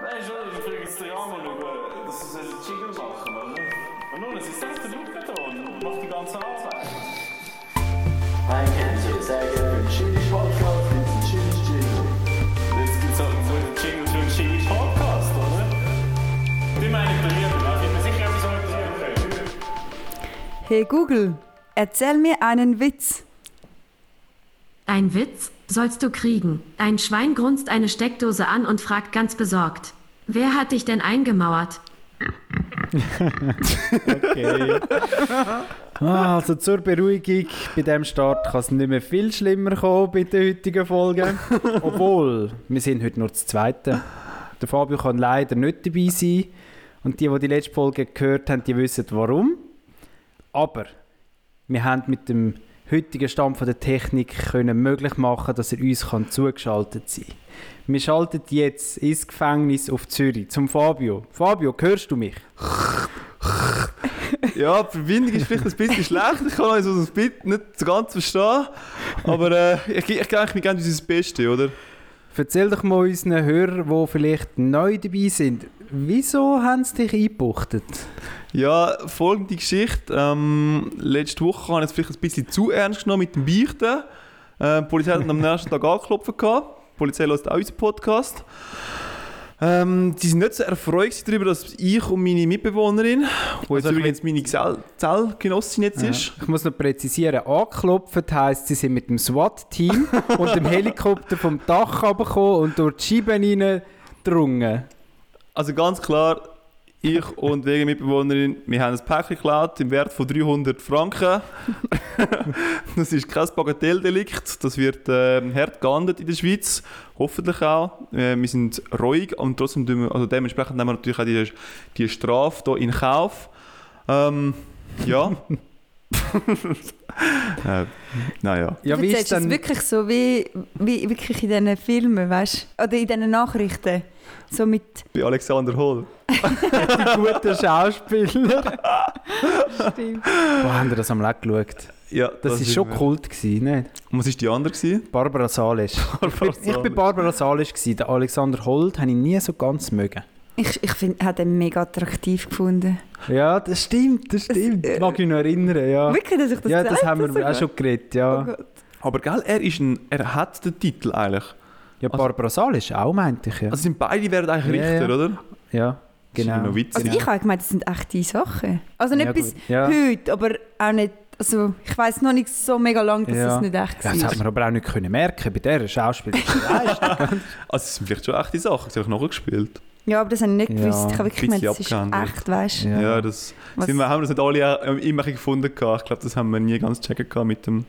Nein, schon, ich bringe jetzt den Rahmen über. Das ist ein Jingle machen, oder? ne? Und nun, es ist selbst der Luftbeton und macht die ganze Arbeit. Ein Kännchen, sehr gerne für den Chili Podcast, gibt es einen Chili Chili. Jetzt gibt es halt so einen Jingle für einen Jingle Podcast, oder? Die meine ich bei mir, da wird mir sicher etwas anderes einfallen. Hey Google, erzähl mir einen Witz. Ein Witz? Sollst du kriegen. Ein Schwein grunzt eine Steckdose an und fragt ganz besorgt. Wer hat dich denn eingemauert? Okay. Ah, Also zur Beruhigung, bei diesem Start kann es nicht mehr viel schlimmer kommen bei der heutigen Folge. Obwohl, wir sind heute nur das Zweite. Der Fabio kann leider nicht dabei sein. Und die, die die letzte Folge gehört haben, die wissen warum. Aber wir haben mit dem heutigen Stand von der Technik können möglich machen, dass er uns kann zugeschaltet sein kann. Wir schalten jetzt ins Gefängnis auf Zürich zum Fabio. Fabio, hörst du mich? Ja, die Verbindung ist vielleicht ein bisschen schlecht. Ich kann also das Bild nicht ganz verstehen. Aber äh, ich, ich denke, wir geben uns das Beste, oder? Erzähl doch mal unseren Hörern, die vielleicht neu dabei sind, wieso haben sie dich eingebuchtet? Ja, folgende Geschichte. Ähm, letzte Woche habe ich es vielleicht ein bisschen zu ernst genommen mit dem Beichten. Äh, die Polizei hat dann am nächsten Tag angeklopft. gehabt. Die Polizei hört auch unseren Podcast. Ähm, die sind nicht so erfreut gewesen darüber, dass ich und meine Mitbewohnerin, die jetzt ich übrigens meine Gesell- Zellgenossin jetzt ist, Ich muss noch präzisieren, angeklopft heisst, sie sind mit dem SWAT-Team und dem Helikopter vom Dach runtergekommen und durch die Scheiben reingedrungen. Also ganz klar, ich und die Mitbewohnerin, wir haben ein Päckchen geklaut im Wert von 300 Franken. das ist kein Bagatelldelikt, das wird ähm, hart geahndet in der Schweiz, hoffentlich auch. Äh, wir sind ruhig und trotzdem, tun wir, also dementsprechend nehmen wir natürlich auch die, die Strafe hier in Kauf. Ähm, ja. äh, naja. Ja, du wie erzählst ist es denn, wirklich so, wie, wie wirklich in diesen Filmen, weißt du? Oder in diesen Nachrichten. So mit... Bei Alexander Hohl. guter Schauspieler? Wo haben wir das am Leck geschaut? Ja, Das war schon Kult, gewesen, ne? Und Was war die andere? gewesen? Barbara Salisch. Ich bin Barbara Salisch, gewesen. den Alexander Holt habe ich nie so ganz mögen. Ich, ich finde, hat den mega attraktiv gefunden. Ja, das stimmt, das stimmt. äh, Mag ich noch erinnern, ja. Wirklich, dass ich das Ah. ja, gesagt das haben wir sogar? auch schon geredet, ja. Oh Gott. Aber gell, er, ist ein, er hat den Titel eigentlich. Ja, Also- Barbara Salisch auch, meinte ich, ja. Also sind beide werden eigentlich Ja, Richter, ja. oder? ja, Das ist genau. noch witzig. Also ich habe gemeint, das sind echte Sachen. Also nicht ja, bis gut. ja. heute, aber auch nicht... Also ich weiß noch nicht so mega lange, dass Ja. es nicht echt Ja, war. Das hat man aber auch nicht können merken bei dieser Schauspielerin. Also es sind vielleicht schon echte Sachen, das habe ich noch gespielt. Ja, aber das habe ich nicht Ja, gewusst. Ich habe wirklich ein gemeint, das bisschen ist abgehandelt. echt, weißt du? Ja, Ja. das Was- sind wir, haben wir das nicht alle ähm, immer gefunden gehabt. Ich glaube, das haben wir nie ganz checken gehabt mit dem,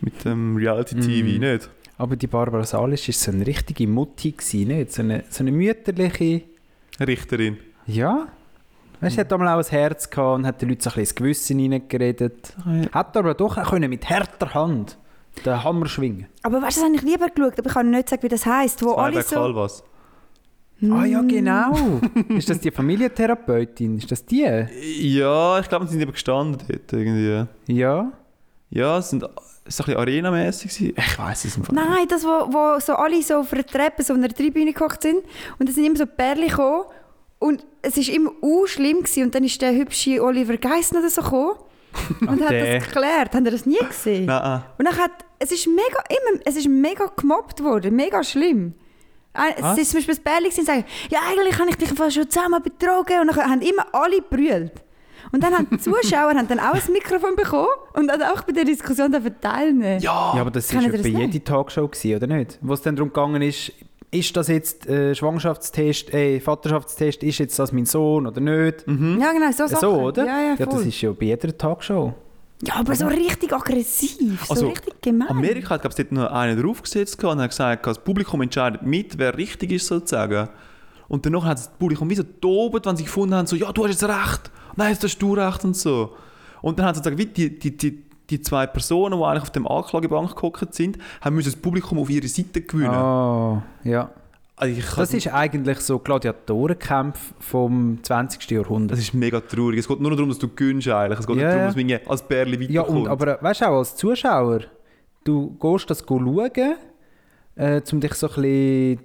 mit dem Reality-TV, Mhm. nicht? aber die Barbara Salisch war so eine richtige Mutti, gewesen, nicht? So, eine, so eine mütterliche... Richterin. Ja. Weißt, sie hat damals auch ein Herz gehabt und hat den Leuten so ein bisschen ins Gewissen hineingeredet. Hat aber doch auch können mit härter Hand den Hammer schwingen Aber weißt du, das habe ich lieber geschaut, aber ich kann nicht sagen, wie das heisst. Wo alle Zwei so... Calvas. Mm. Ah ja, genau. ist das die Familientherapeutin? Ist das die? Ja, ich glaube, sie sind eben gestanden dort irgendwie. Ja. Ja, es sind, es ist ein bisschen arenamäßig. gewesen. Ich Ah, weiß es einfach Nein, das, wo, wo so alle so auf einer Treppe, so auf einer Tribüne gehockt sind und es sind immer so Perlen gekommen und es war immer uh, schlimm gewesen. und dann ist der hübsche Oliver Geissner oder so gekommen und hat der. das geklärt. Habt ihr das nie gesehen? Nein. ah. Und dann hat, es ist mega, immer, es ist mega gemobbt worden, mega schlimm. Ein- Es Was? ist zum Beispiel das Bärli und sagen, ja eigentlich habe ich dich im Fall schon zusammen betrogen und dann haben immer alle brüllt. Und dann haben die Zuschauer haben dann auch ein Mikrofon bekommen und haben auch bei der Diskussion dafür teilnehmen. Ja! Ja, aber das Kennt war ihr das bei nicht? jeder Talkshow, gewesen, oder nicht? Wo es dann darum gegangen ist, ist das jetzt äh, Schwangerschaftstest, äh, Vaterschaftstest, ist jetzt das mein Sohn oder nicht? Hm? Ja, genau, so Äh, Sachen. so, oder? Ja, ja, ja, voll. das ist ja bei jeder Talkshow. ja aber so richtig aggressiv, so Also, richtig gemein. Amerika hat, glaube ich, dort noch einen draufgesetzt gehabt und hat gesagt, das Publikum entscheidet mit, wer richtig ist, sozusagen. Und danach hat das Publikum wie so tobt, wenn sie gefunden haben, so, ja, du hast jetzt recht, nein, jetzt hast du recht und so. Und dann hat sozusagen wie die, die, die, die zwei Personen, die eigentlich auf dem Anklagebank gehockt sind, haben müssen das Publikum auf ihre Seite gewinnen. Ah, ja. Also ich kann- Das ist eigentlich so Gladiatorenkampf vom 20. Jahrhundert. das ist mega traurig. Es geht nur noch darum, dass du gewinnst eigentlich. Es geht Ja, nicht darum, ja. dass man irgendwie als Bärli Ja, weiterkommt. und, aber weißt du auch, als Zuschauer, du gehst das go schauen, äh, um dich so ein bisschen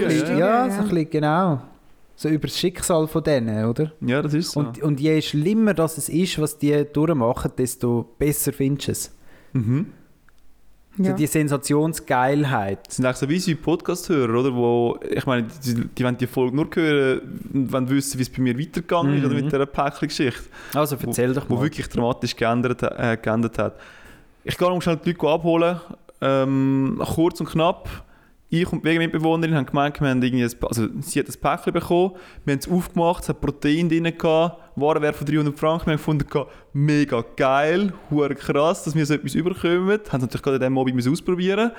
Ja, so ein Ja, bisschen, ja. ja, so ein bisschen, genau. So über das Schicksal von denen, oder? ja, das ist so. Und, und je schlimmer das es ist, was die durchmachen, desto besser findest du es. mhm. So Ja. die Sensationsgeilheit. Das sind auch so wie Podcast-Hörer, oder? Wo, ich meine, die, die wollen die Folge nur hören, wenn sie wissen, wie es bei mir weitergegangen ist Mhm. oder mit dieser Päckchen-Geschichte. Also erzähl doch wo mal. wirklich dramatisch geändert, äh, geändert hat. Ich gehe um schnell die Leute abholen. Ähm, kurz und knapp. Ich und die Mitbewohnerin haben gemerkt, wir haben irgendwie ein, also sie hat ein Päckchen bekommen, wir haben es aufgemacht, es hat Protein drin, gehabt, Warenwert von 300 Franken, wir haben gefunden, gehabt, mega geil, hure krass, dass wir so etwas überkommen. Haben es natürlich gerade an diesem Abend müssen ausprobieren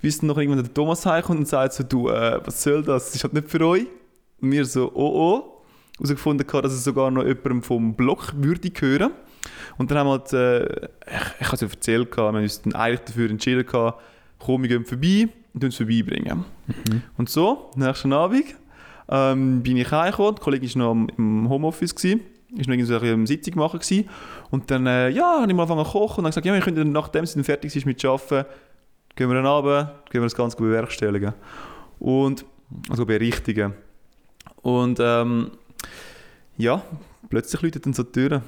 Wie es dann noch irgendwann der Thomas heimkommt und sagt so, du, äh, was soll das, das ist halt nicht für euch. Und wir so, oh oh herausgefunden, gehabt, dass es sogar noch jemandem vom Block würde gehören. Und dann haben wir halt, äh, ich, ich habe es ja erzählt, gehabt, wir haben uns dann eigentlich dafür entschieden, gehabt, komm, wir gehen vorbei und uns vorbeibringen. Und so, nächsten Abend, ähm, bin ich heimgekommen, die Kollegin war noch am- im Homeoffice, gewesen, ist noch irgendwie so ein bisschen am Sitzung machen gewesen. Und dann, äh, ja, habe ich mal angefangen zu kochen und dann gesagt, ja, wir können dann, nachdem sie dann fertig ist mit Arbeiten, gehen wir dann runter, gehen wir das Ganze bewerkstelligen. Und, also berichtigen. Und, ähm, ja, plötzlich läutet dann so die Türen.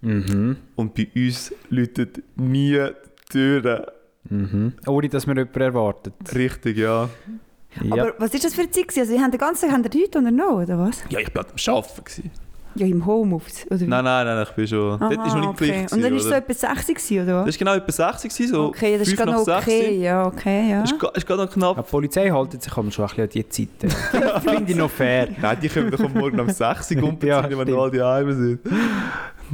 Mhm. Und bei uns läutet nie die Türen. Mhm. Ohne, dass man jemanden erwartet. Richtig, ja. Ja. Aber was ist das für eine Zeit? gewesen? Also, ihr habt den ganzen Tag habt ihr nichts unternommen, oder was? Ja, ich war halt am Arbeiten. Gewesen. Ja, im Homeoffice, oder wie? Ah, Nein, nein, nein, ich bin schon... Dort war noch nicht die Pflicht. okay. Und dann war es gewesen, so etwa oder? 60 gewesen, oder Das was? war genau etwa 60, gewesen, so Okay, das ist fünf gerade nach noch 6. okay. Ja, okay, ja. Das ist, ga- ist gerade noch knapp. Die Polizei hält sich aber schon ein bisschen an die Zeiten. Finde ich noch fair. Nein, die kommen doch am Morgen um 6 Uhr gumpeln, Ja, wenn stimmt. du all die Heime sind.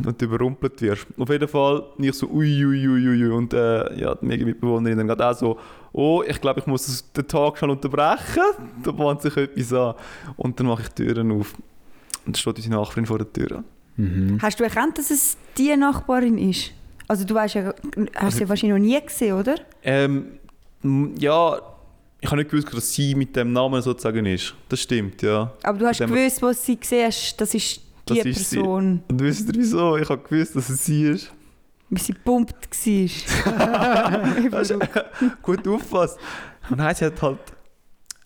Und du überrumpelt wirst. Auf jeden Fall nicht so ui, ui, ui, ui, ui. Und äh, ja, die mega Mitbewohnerin dann gerade auch so, oh, ich glaube, ich muss das- den Tag schon unterbrechen. Da bahnt sich etwas an. Und dann mache ich die Türen auf. Und dann steht unsere Nachbarin vor der Tür. Mhm. Hast du erkannt, dass es die Nachbarin ist? Also du weißt ja, Also hast sie wahrscheinlich noch nie gesehen, oder? Ähm, m- ja, ich habe nicht gewusst, dass sie mit dem Namen sozusagen ist. Das stimmt, ja. Aber du hast Dem- gewusst, was sie gesehen hast, das ist die Das ist sie. Person, Und wisst ihr wieso? Ich habe gewusst, dass es sie ist. wie sie pumpt war. Hast du- Also, Gut aufpasst. Und heisst, sie hat halt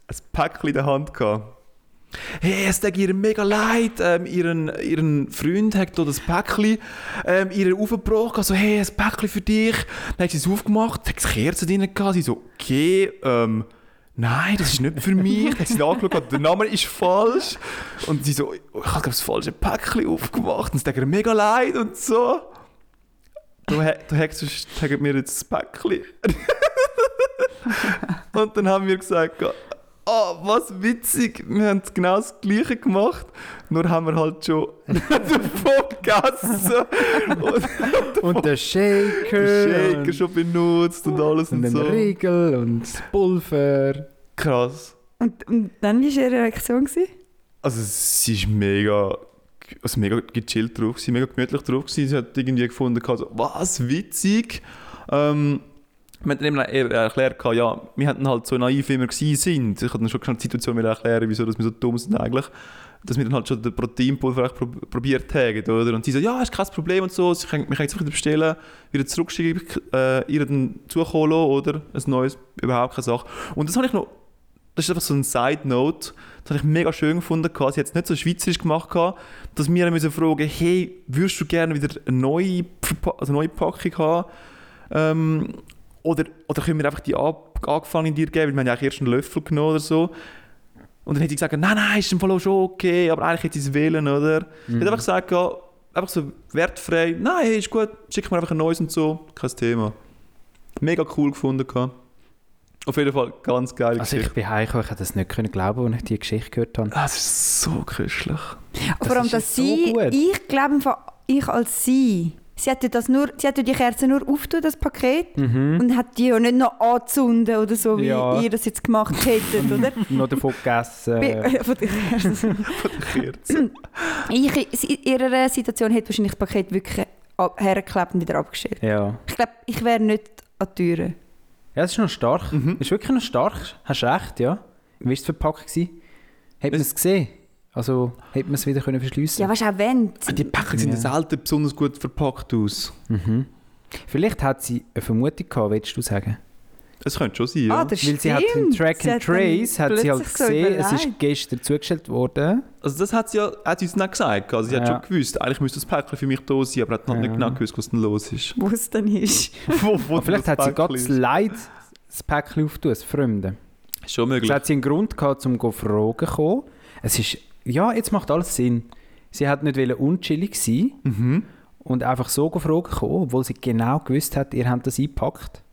ein Päckchen in der Hand gehabt. Hey, es tut ihr mega leid. Ähm, ihren, ihren Freund hat hier das Päckchen ähm, ihr aufgebracht. Also, hey, ein Päckchen für dich. Dann hat sie es aufgemacht, hat Kerzen drin gehabt. Sie so, okay, ähm, nein, das ist nicht für mich. Dann hat sie nachgeschaut, der Name ist falsch. Und sie so, ich habe glaub, das falsche Päckchen aufgemacht. Und es tut ihr mega leid und so. Du, hä- du hättest taggt mir jetzt das Päckchen. und dann haben wir gesagt, oh, was witzig, wir haben genau das Gleiche gemacht, nur haben wir halt schon davon gegessen und Und der Shaker. den Shaker schon benutzt und alles Und und den so. Riegel und das Pulver. Krass. Und, und dann war ihre Reaktion? Gewesen? Also sie ist mega, also mega gechillt drauf, sie mega gemütlich drauf. gewesen. Sie hat irgendwie gefunden, gehabt, so, was witzig. Ähm, wir haben ihm dann eben erklärt, gehabt, ja, wir hatten halt so naiv, wie wir gewesen sind. Ich habe dann schon schnell die Situation wieder erklären, wieso dass wir so dumm sind eigentlich. Dass wir dann halt schon den Proteinpulver echt pro probiert haben, oder? Und sie so, ja, ist kein Problem und so, sie können, wir können es wieder bestellen, wieder zurückschicken, äh, ihr dann zukommen lassen, oder? Ein neues, überhaupt keine Sache. Und das habe ich noch, das ist einfach so ein Side-Note, das habe ich mega schön gefunden. gehabt. Sie hat es nicht so schweizerisch gemacht, gehabt, dass wir müssen fragen hey, würdest du gerne wieder eine neue, Verpa also eine neue Packung haben? Ähm, oder, oder können wir einfach die an- angefangene dir geben? Weil wir haben ja eigentlich erst einen Löffel genommen oder so. Und dann hätte sie gesagt, nein, nein, ist im Fall auch schon okay, aber eigentlich hätte sie es wählen, oder? Sie Mhm. hat einfach gesagt, gehabt, einfach so wertfrei, nein, hey, ist gut, schick mir einfach ein neues und so, kein Thema. Mega cool gefunden. gehabt. Auf jeden Fall ganz geil. Also ich bin heimgekommen, ich hätte das nicht können glauben, als ich die Geschichte gehört habe. Das ist so köstlich. Vor allem, ist dass so sie, gut. ich glaube, im Fall, ich als sie, sie hat ja, das nur, sie hat ja die Kerze nur aufgetan, das Paket, und hat die ja nicht noch angezündet oder so, wie Mhm. Ja. ihr das jetzt gemacht hättet, oder? Noch davon gegessen. Bei- Von der Kerze. Kerze. ich, sie- in ihrer Situation hätte wahrscheinlich das Paket wirklich ab- hergeklebt und wieder abgestellt. Ja. Ich glaube, ich wäre nicht an die Türe. Ja, es ist noch stark. Es ist wirklich noch stark. Hast recht, ja. Wie war es verpackt? gewesen? Hat man es gesehen? Also, hätte man es wieder können verschliessen Ja, weißt du, auch wenn. Ah, Die Päckchen Ja. sehen selten besonders gut verpackt aus. Vielleicht hat sie eine Vermutung gehabt, willst du sagen? Es könnte schon sein, ja. Ah, das Weil stimmt. sie hat im Track and dann Trace hat sie halt plötzlich so gesehen, es überlegt. ist gestern zugestellt worden. Also das hat sie, ja, hat sie uns nicht gesagt. Also sie hat Ja. schon gewusst, eigentlich müsste das Päckchen für mich da sein, aber hat noch Ja. nicht genau gewusst, was denn los ist. Wo es dann ist. wo, wo Aber vielleicht das hat sie Päckchen ganz ist. leid das Päckchen aufgetan, das Fremde. Ist Schon Es möglich. hat sie einen Grund gehabt, um zu fragen zu kommen. Es ist, ja, jetzt macht alles Sinn. Sie hat nicht wollen unchillig sein Mhm. und einfach so gefragt kommen, obwohl sie genau gewusst hat, ihr habt das eingepackt.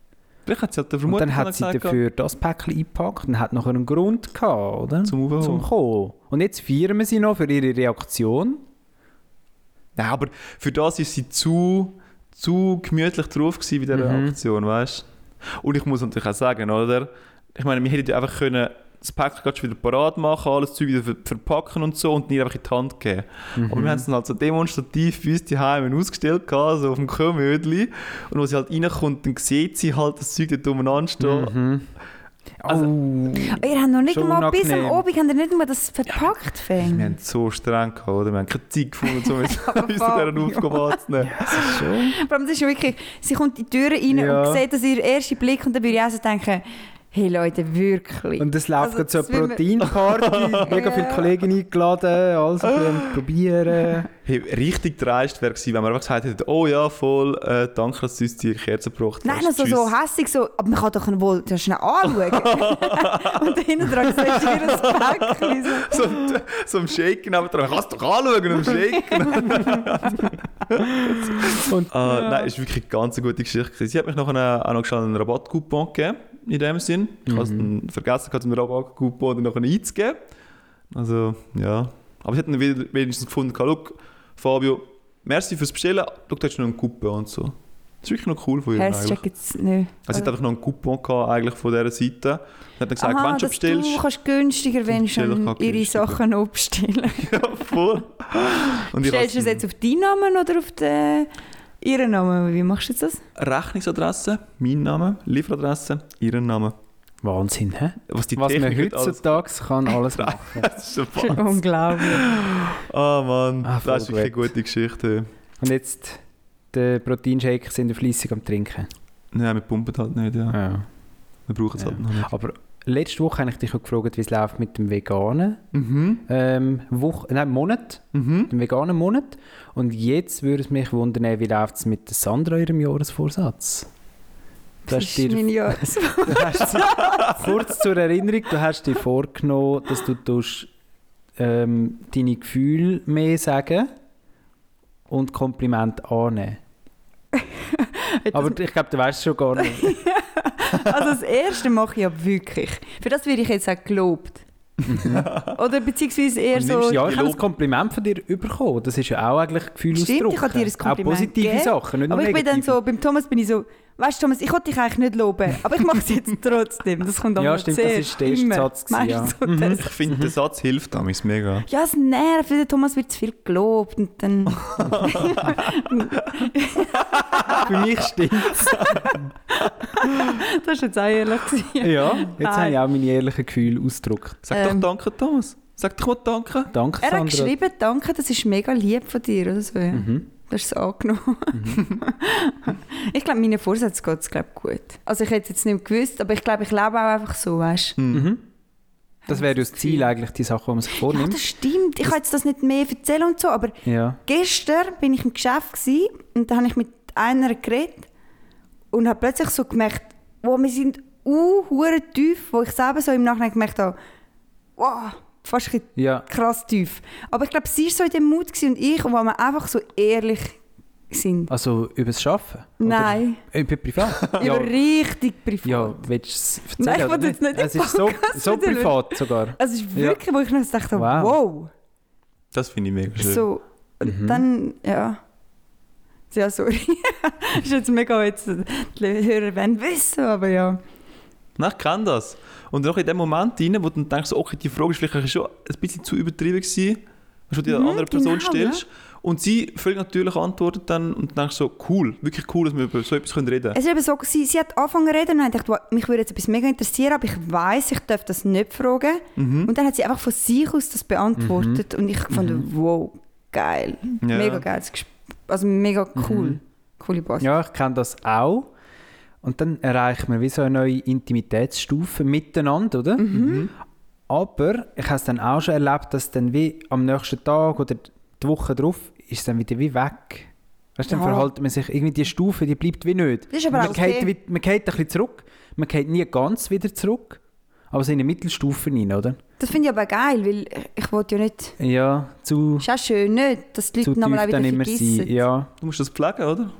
Vielleicht hat sie halt der Und Vermutung dann hat sie gesagt, dafür das Päckchen eingepackt und hat noch einen Grund gehabt, oder? Zum Aufholen. Zum Kommen. Und jetzt feiern wir sie noch für ihre Reaktion. Nein, aber für das ist sie zu, zu gemütlich drauf gewesen bei dieser Aktion, weißt du? Und ich muss natürlich auch sagen, oder? Ich meine, wir hätten ja einfach können das Päckchen gerade schon wieder parat machen, alles Zeug wieder ver verpacken und so und nicht einfach in die Hand geben. Aber wir haben es dann halt so demonstrativ bei uns die Heime ausgestellt, gehabt, so auf dem Kömödli. Und wo sie halt reinkommt, dann sieht sie halt das Zeug dort umeinander stehen. Also- oh. Oh, ihr habt noch nicht Schon mal bis am unangenehm. Abend habt ihr nicht mal das verpackt Wir fängt. haben so streng gehabt, oder? Wir haben keine Zeit gefunden, um uns Aber uns Fabio. an dieser Aufgabe anzunehmen. schon. Vor allem, das ist ja wirklich, sie kommt in die Tür rein Ja. und sieht, dass ihr erster Blick und dann würde ich auch so denken, hey Leute, wirklich. Und es läuft Also, jetzt so das will eine Proteinparty, mega viele Ja. Kollegen eingeladen, alles können probieren. Hey, richtig dreist wäre gewesen, wenn man einfach gesagt hätte, oh ja, voll, äh, danke, dass du uns die Kerze gebracht hast. Nein, also Tschüss. so hässig, so, aber man kann doch wohl das schnell anschauen. und da hinten dran siehst du ihr das Päckchen. So. So, am- so am Shaken aber dran. Kannst doch anschauen am Shaken. Und- äh, Nein, ist wirklich eine ganz gute Geschichte. gewesen. Sie hat mich nachher auch noch schnell einen Rabattcoupon gegeben, in dem Sinn. Ich habe es Mhm. dann vergessen, gehabt, den Rabattcoupon dann nachher einzugeben. Also, ja. Aber sie hat dann wieder- wenigstens gefunden, «Schau, Fabio, merci fürs Bestellen, schau, du hast noch einen Coupon und so. Das ist wirklich noch cool von ihr eigentlich. Herzcheck jetzt nicht. Also sie hat einfach noch einen Coupon gehabt, eigentlich von dieser Seite. Und hat dann gesagt, Äh. Aha, wenn du dass du bestellst, kannst günstiger, wenn Bestellen schon kann ihre günstiger. Sachen abstellen. ja, voll. Und ich Bestellst du es habe jetzt auf deinen Namen oder auf den, ihren Namen? Wie machst du jetzt das? Rechnungsadresse, mein Name, Lieferadresse, ihren Namen. Wahnsinn, hä? Was die Was man Technik heute alles... heutzutage kann, alles machen. Das ist der Wahnsinn. Unglaublich. Ah Mann, Ah, voll das ist wirklich eine gute Geschichte. Und jetzt der Proteinshake sind flüssig am Trinken. Nein, wir pumpen halt nicht, ja. Ja. Wir brauchen es Ja. halt noch nicht. Aber letzte Woche habe ich dich auch gefragt, wie es läuft mit dem veganen Mhm, ähm, Woche, nein, Monat, mhm. dem veganen Monat. Und jetzt würde es mich wundern, wie läuft es mit der Sandra ihrem Jahresvorsatz? Du Das hast ist mein dir, Jahr. du hast, kurz zur Erinnerung, du hast dir vorgenommen, dass du tust, ähm, deine Gefühle mehr sagen und Kompliment annehmen. Aber ich glaube, du weißt schon gar nicht. Also das erste mache ich ja wirklich. Für das werde ich jetzt auch gelobt. Oder beziehungsweise eher Und so... nimmst Ja, Die Also, ich habe ein Lob- Kompliment von dir bekommen. Das ist ja auch eigentlich Gefühl Stimmt, ich habe dir ein Kompliment Auch positive gegeben, Sachen, nicht nur Aber ich bin negative. dann so, beim Thomas bin ich so, weißt du Thomas, ich wollte dich eigentlich nicht loben, aber ich mache es jetzt trotzdem. Das kommt Ja, aber stimmt, sehr das ist der erste immer. Satz gewesen, Meistens ja. Mhm. so das. Ich finde, der Satz hilft damals mega. Ja, es nervt, weil der Thomas wird zu viel gelobt und dann... Für ah. mich stimmt das ist jetzt auch ehrlich gewesen. Ja, jetzt Nein. habe ich auch meine ehrlichen Gefühle ausgedrückt. Sag Ähm. doch Danke, Thomas. Sag doch mal Danke. Danke, Er Sandra. hat geschrieben, danke, das ist mega lieb von dir oder so. Ja. Mhm. Du hast es angenommen. ich glaube, meinen Vorsatz geht es glaub, gut. Also ich hätte es jetzt nicht gewusst, aber ich glaube, ich lebe auch einfach so, weißt Mhm. du. Das wäre ja das Ziel eigentlich, die Sache, die man sich Ja, vornimmt. das stimmt. Ich kann jetzt das nicht mehr erzählen und so, aber Ja. gestern bin ich im Geschäft gsi und da habe ich mit einer geredet und habe plötzlich so gemerkt, wow, wir sind uh, hure tief, wo ich selber so im Nachhinein gemerkt habe, wow, fast ein bisschen Ja. krass tief. Aber ich glaube, sie war so in dem Mut gsi und ich, und wo wir einfach so ehrlich sind. Also über das Arbeiten? Oder Äh, Nein. Über privat? Über ja. richtig privat. ja, willst du es erzählen? Nein, ich oder will jetzt nicht im Es ist so, Podcast so erzählen. privat sogar. Also es ist Ja. wirklich, wo ich noch dachte, Wow. wow. Das finde ich mega schön. So, Mhm. und dann, ja. Ja, sorry. ist jetzt mega jetzt, die Hörer wollen wissen, aber ja. Nein, ich kenne das. Und auch in dem Moment rein, wo du dann denkst, okay, die Frage ist vielleicht schon ein bisschen zu übertrieben gewesen, was du die Mhm, andere Person genau, stellst. Und sie völlig natürlich antwortet dann und denkst so, cool, wirklich cool, dass wir über so etwas können reden können. Es ist eben so, sie, sie hat angefangen zu reden und dann dachte, wow, mich würde jetzt etwas mega interessieren, aber ich weiß, ich darf das nicht fragen. Mhm. Und dann hat sie einfach von sich aus das beantwortet und ich fand, Mhm. wow, geil. Ja. Mhm. Mega geil. Also mega cool. Coole Boss. Ja, ich kenne das auch. Und dann erreicht man wie so eine neue Intimitätsstufe miteinander, oder? Mhm. Mhm. Aber ich habe es dann auch schon erlebt, dass dann wie am nächsten Tag oder die Woche drauf ist es dann wieder wie weg. Weißt du, dann Ja. verhält man sich irgendwie die Stufe, die bleibt wie nicht. Das ist aber man auch geht okay. wie, man geht ein bisschen zurück, man geht nie ganz wieder zurück, aber so in eine Mittelstufe rein, oder? Das finde ich aber geil, weil ich- ich wollte ja nicht. Ja, zu, Ist auch schön, nicht? Dass die zu Leute tief nochmal auch dann wieder immer sein. vergessen. Ja. Du musst das pflegen, oder?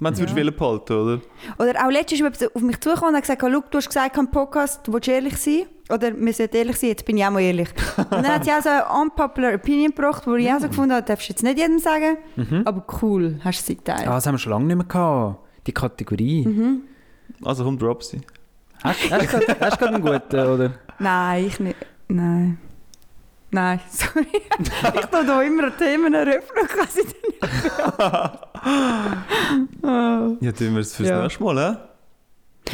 Wenn du ja. willst, behalten, oder? Oder auch letztens ist jemand auf mich zugekommen und hat gesagt, oh, «Schau, du hast gesagt, am Podcast, du willst ehrlich sein. Oder wir sollten ehrlich sein, jetzt bin ich auch mal ehrlich. Und dann hat sie auch so eine unpopular Opinion gebracht, wo ich auch so gefunden habe, darfst du jetzt nicht jedem sagen, aber cool, hast du sie geteilt. Ah, das haben wir schon lange nicht mehr gehabt. Die Mhm. Kategorie. Also komm, drop sie. Hast hast du gerade- hast du gerade einen guten, oder? Nein, ich nicht. Nein. Nein, sorry. ich tue da immer Themen eröffnen, quasi dann Ja, tun wir es fürs Ja. nächste Mal, hä?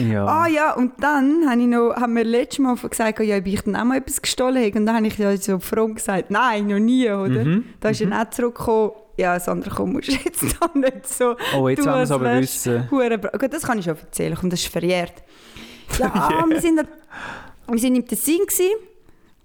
Ja. Ah ja, und dann habe ich noch, haben wir letztes Mal gesagt, oh, ja, ob ich dann auch mal etwas gestohlen habe. Und dann habe ich ja so fromm gesagt, nein, noch nie, oder? Mhm. Da ist er nicht zurückgekommen. Ja, Sandra, komm, musst du jetzt da nicht so... Oh, jetzt tun, wollen wir es als aber wärst wissen. Hure bra- Gut, das kann ich schon erzählen, komm, das ist verjährt. Ja, ah, wir, sind, wir sind im Tessin gewesen,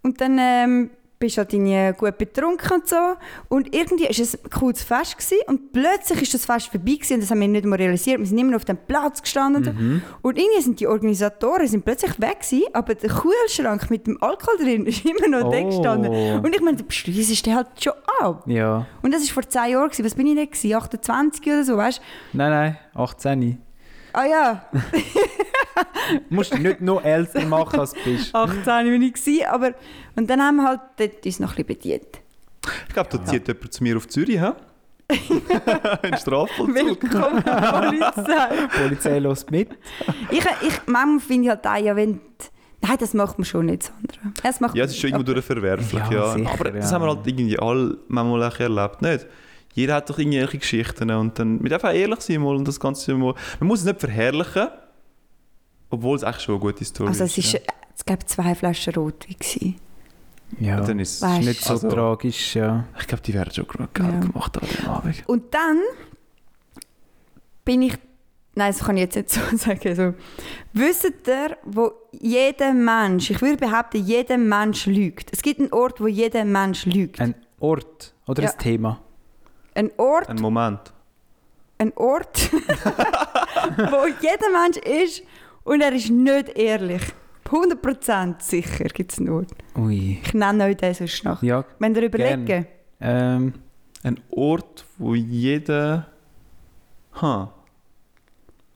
und dann ähm, bist du halt irgendwie gut betrunken und so. Und irgendwie war es ein cooles Fest gewesen, und plötzlich ist das Fest vorbei gewesen, und das haben wir nicht mal realisiert. Wir sind immer noch auf dem Platz gestanden. und so. Mhm. Und irgendwie sind die Organisatoren sind plötzlich weg gewesen, aber der Kühlschrank mit dem Alkohol drin ist immer noch da Oh. gestanden. Und ich meine, du schließt den halt schon ab. Ja. Und das war vor zwei Jahren, gewesen. was bin ich denn? gewesen? 28 oder so, weißt du? Nein, nein, 18. Ah ja, Du musst dich nicht noch älter machen, als du bist. 18 war ich gewesen, aber... Und dann haben wir halt dort uns noch ein bisschen bedient. Ich glaube, da zieht jemand zu mir auf Zürich, hä? Ein Strafvollzug. Willkommen Polizei. Die Polizei lässt mit. ich, ich, manchmal finde ich halt auch, ja, wenn... die- Nein, das macht man schon nicht, Sandra. Das macht Ja, es ist schon irgendwo durch verwerflich, Ja, ja. sicher, Aber das ja. haben wir halt irgendwie alle manchmal auch erlebt, nicht? Jeder hat doch irgendwelche Geschichten und dann mit einfach ehrlich sein mal und das Ganze mal. Man muss es nicht verherrlichen, obwohl es eigentlich schon eine gute Story Also ist. es, ist, ja. es gab zwei Flaschen Rotwein. gewesen. Ja. Und Das dann ist Weißt- ist nicht so Also- tragisch, ja. Ich glaube, die werden schon gerade geil Ja. gemacht an dem Abend. Und dann bin ich... Nein, das kann ich jetzt nicht so sagen. So. Wisst ihr, wo jeder Mensch, ich würde behaupten, jeder Mensch lügt. Es gibt einen Ort, wo jeder Mensch lügt. Ein, Ein Ort oder Ja. ein Thema. Ort, Ein Moment. ein Ort, wo jeder Mensch ist und er ist nicht ehrlich. 100% sicher gibt es einen Ort. Ui. Ich nenne euch den sonst noch. Ja, Wenn ihr überlegen, Gerne. ähm, Ein Ort, wo jeder. Ha.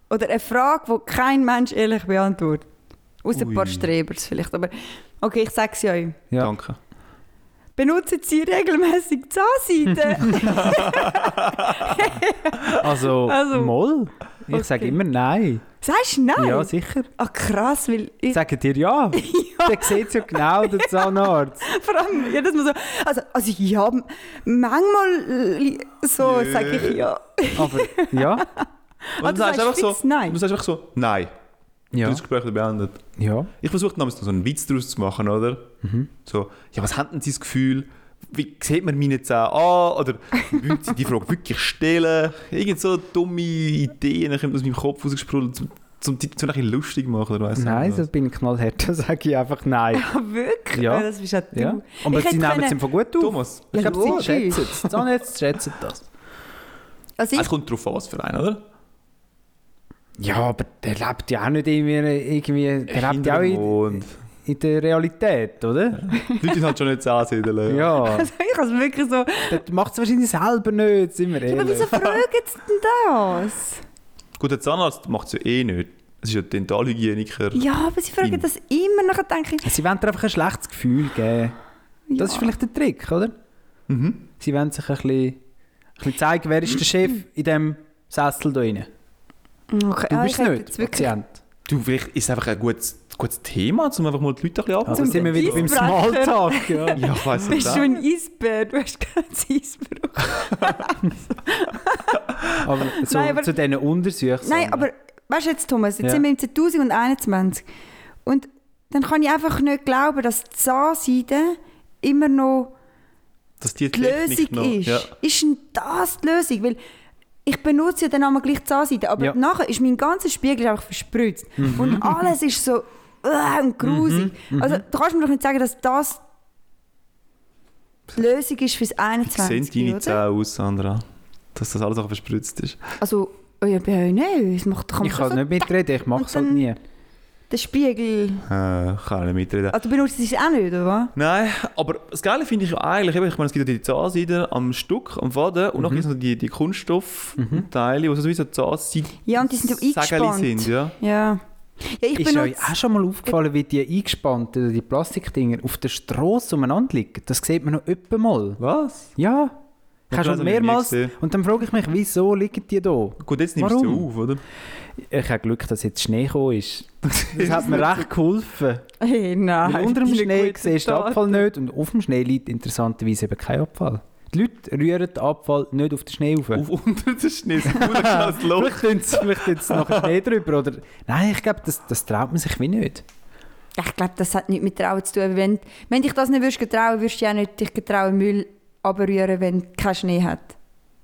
oder eine Frage, die kein Mensch ehrlich beantwortet. Außer ein Ui. paar Strebers vielleicht, aber okay, ich sage es euch. Ja. Danke. Ah, Benutzen Sie regelmäßig die Zahnseite? also, Also- Moll? Ich Okay. sage immer nein. Sagst du nein? Ja, sicher. Ah, krass, weil ich... Sagen dir ja. Ja, Dann sieht ja genau den Zahnarzt. vor allem jedes Mal so... Also, also ja, m- manchmal äh, so Nö. sage ich ja. Aber ja, Und Ah, du du sagst sagst einfach so. fix nein. Du sagst einfach so, nein. ja, Du hast das Gespräch beendet. ja. Ich versuche damals noch so einen Witz daraus zu machen, oder? Mhm. So, ja, was haben denn Sie das Gefühl? Wie sieht man meine Zähne an? Oder würden Sie die Frage wirklich stellen? Irgend so dumme Ideen kommen aus meinem Kopf rausgesprudelt, zum, zum, zum, ein bisschen lustig machen, oder weiss Nein, also ich so was. bin ich knallhart. Da sage ich einfach nein. Ah, wirklich? Ja. Ah, Das bist ja du. Ja. Aber Ich sie hätte nehmen können- es einfach gut auf. Thomas, Ich Ja, glaube, sie logisch. schätzen es. Die Zahnärzte schätzen das. Also ich, Ah, es kommt darauf an, was für einen, oder? Ja, aber der lebt ja auch nicht irgendwie, irgendwie der lebt ja auch in, Und in der Realität, oder? die Leute halt schon nicht ansiedeln. Ja, also ich habe es wirklich so... das macht es wahrscheinlich selber nicht, sind wir Aber ehrlich. wieso fragen Sie denn das? Gut, der Zahnarzt macht es ja eh nicht. Es ist ja Dentalhygieniker. Ja, aber sie fragen Ihm. das immer. Nachher denke ich... Sie wollen dir einfach ein schlechtes Gefühl geben. Ja. Das ist vielleicht der Trick, oder? Mhm. Sie wollen sich ein bisschen, ein bisschen zeigen, wer ist der Chef in diesem Sessel da drin. Okay. Du ah, bist ich hätte nicht jetzt wirklich... Patient. Du, vielleicht ist es einfach ein gutes, gutes Thema, um einfach mal die Leute ein bisschen Also abzuholen. sind wir wieder beim Eisbrecher. Smalltalk. Ja. Ja, ich weiss Bist auch. du ein Eisbär? Du hast keinen Eisbruch. Aber, so, Nein, aber- zu diesen Untersuchungen. Nein, aber weißt du jetzt, Thomas, jetzt Ja. sind wir im 2021 und dann kann ich einfach nicht glauben, dass die Zahnseide immer noch Dass die die Technik Lösung noch- ist. Ja. Ist denn das die Lösung? Weil ich benutze ja dann einmal gleich die Zahnseide, aber Ja. nachher ist mein ganzer Spiegel einfach verspritzt. Und alles ist so äh, und grusig. Also du kannst mir doch nicht sagen, dass das die Lösung ist fürs Sehen 21, deine oder? Zähne aus, Sandra? Dass das alles auch verspritzt ist. Also, oh ja, bei euch nicht. Es macht, kann man Ich schon kann so nicht mitreden, ich mache es halt dann- nie. den Spiegel... Äh, kann nicht mitreden. Also du benutzt es auch nicht, oder was? Nein, aber das Geile finde ich ja eigentlich, eben, ich meine, es gibt ja die Zahnseide am Stück, am Faden und dann gibt es noch die, die Kunststoffteile, die so wie so Zahnseide Ja, und die sind so Sägeli eingespannt. sind, ja. Ja. Ja, ich halt Ist euch benutze... auch schon mal aufgefallen, wie die eingespannten, oder die Plastikdinger auf der Straße umeinander liegen? Das sieht man noch öppe mal. Was? Ja. Ich habe Ja, klar, schon das habe ich nie mehrmals. gesehen. Und dann frage ich mich, wieso liegen die da? Gut, jetzt nimmst du sie Warum? auf, oder? Ich habe Glück, dass jetzt Schnee gekommen ist. Das hat mir recht geholfen. Hey, Ah, nein. Weil unter dem deine Schnee guten siehst du den Taten. Abfall nicht und auf dem Schnee liegt interessanterweise eben kein Abfall. Die Leute rühren den Abfall nicht auf den Schnee auf. Auf unter den Schnee, so ein kleines Loch. Vielleicht tun sie- vielleicht tun sie noch Schnee drüber. Oder... Nein, ich glaube, das, das traut man sich wie nicht. Ich glaube, das hat nichts mit Trauen zu tun. Wenn, wenn dich das nicht würdest getrauen, würdest du ja nicht dich getrauen, Müll abrühren, wenn kein Schnee hat.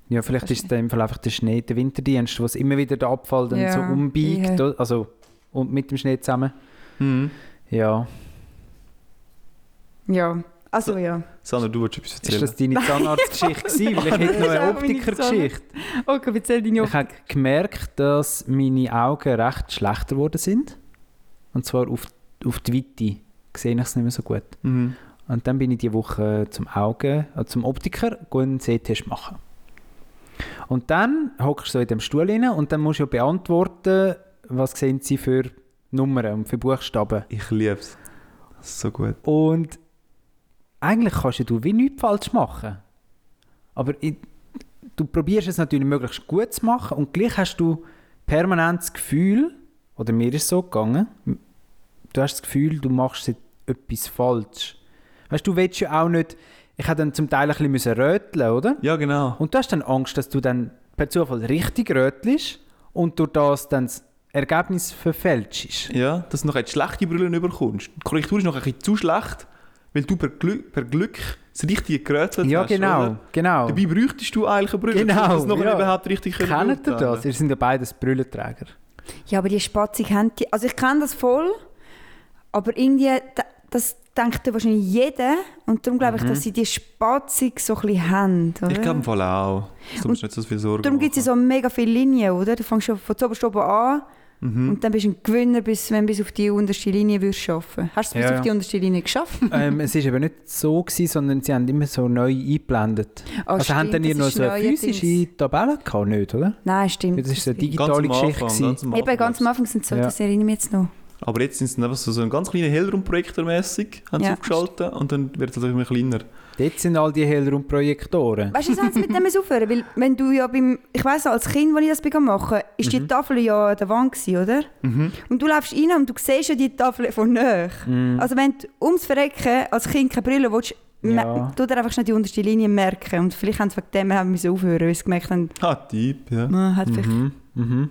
Ja, vielleicht ist es dann im Fall einfach der Schnee, der Winterdienst, wo es immer wieder den Abfall dann Ja, so umbiegt. eher. oder- Also und mit dem Schnee zusammen. Mhm. Ja. Ja. Also ja. Sandra, du wolltest etwas Ist erzählen. das deine Zahnarztgeschichte gewesen? Weil ich hätte noch Das ist eine auch meine Optikergeschichte. Okay, erzähl deine Ich habe gemerkt, dass meine Augen recht schlechter geworden sind. Und zwar auf, auf die Weite. Sehe ich es nicht mehr so gut. Mhm. Und dann bin ich die Woche zum Augen, äh, zum Optiker, gehe einen Sehtest machen. Und dann hockst du so in dem Stuhl rein und dann musst du ja beantworten, was sehen sie für Nummern und für Buchstaben. Ich lieb's. Das ist so gut. Und eigentlich kannst ja du wie nichts falsch machen. Aber i- du probierst es natürlich möglichst gut zu machen und gleich hast du permanent das Gefühl, oder mir ist es so gegangen, m- du hast das Gefühl, du machst et- etwas falsch. Weißt du, du willst ja auch nicht, ich habe dann zum Teil ein bisschen müssen röteln, oder? Ja, genau. Und du hast dann Angst, dass du dann per Zufall richtig rötelst und durch das dann das Ergebnis verfälschst. Ja, dass du noch eine schlechte Brille überkommst. Die Korrektur ist noch ein bisschen zu schlecht, weil du per Glück, per Glück das richtige gerätselt Ja, hast. genau, Oder? genau. Dabei bräuchtest du eigentlich eine Brille, Genau, dass du es noch ja. überhaupt richtig Kennt ihr beurteilen das? Ihr sind ja beides Brillenträger. Ja, aber die Spatzig haben die... Also ich kenne das voll, aber irgendwie... da- Das denkt ja wahrscheinlich jeder. Und darum glaube ich, dass sie die Spatzig so ein bisschen haben. Oder? Ich glaube im Fall auch. Du musst nicht so viel Sorgen Darum gibt es machen. ja so mega viele Linien, oder? Du fängst schon von oberst oben an Mhm. und dann bist du ein Gewinner, bis, wenn du bis auf die unterste Linie würdest schaffen. Hast du es bis Ja, auf ja. die unterste Linie geschafft? ähm, es war eben nicht so, gewesen, sondern sie haben immer so neu eingeblendet. Ah, also haben stimmt, dann ihr das noch ist so eine neuerdings. physische Tabelle gehabt, nicht, oder? Nein, Ja, stimmt. Das war so eine bin- Ganz am digitale Geschichte. Anfang, also- gewesen. ganz am Eben, ganz am Anfang. Anfang sind so, Ja. das erinnere ich mich jetzt noch. Aber jetzt sind sie einfach so, so einen ganz kleinen Hellraumprojektormäßig haben sie Ja. aufgeschaltet und dann wird es halt immer kleiner. Dort sind all die Hellraumprojektoren. Weißt du, wieso haben sie mit dem müssen aufhören? Weil wenn du ja beim, ich weiss noch, als Kind, als ich das begann machen, ist Mhm. die Tafel ja an der Wand gewesen, oder? Und du läufst rein und du siehst ja die Tafel von näher. Mhm. Also wenn du ums Verrecken als Kind keine Brille willst, Ja. ja. du dir einfach schnell die unterste Linie merken. Und vielleicht haben sie wegen dem haben wir müssen aufhören, weil sie gemerkt haben, Ah, Typ, ja. man hat vielleicht... Mhm. Mhm.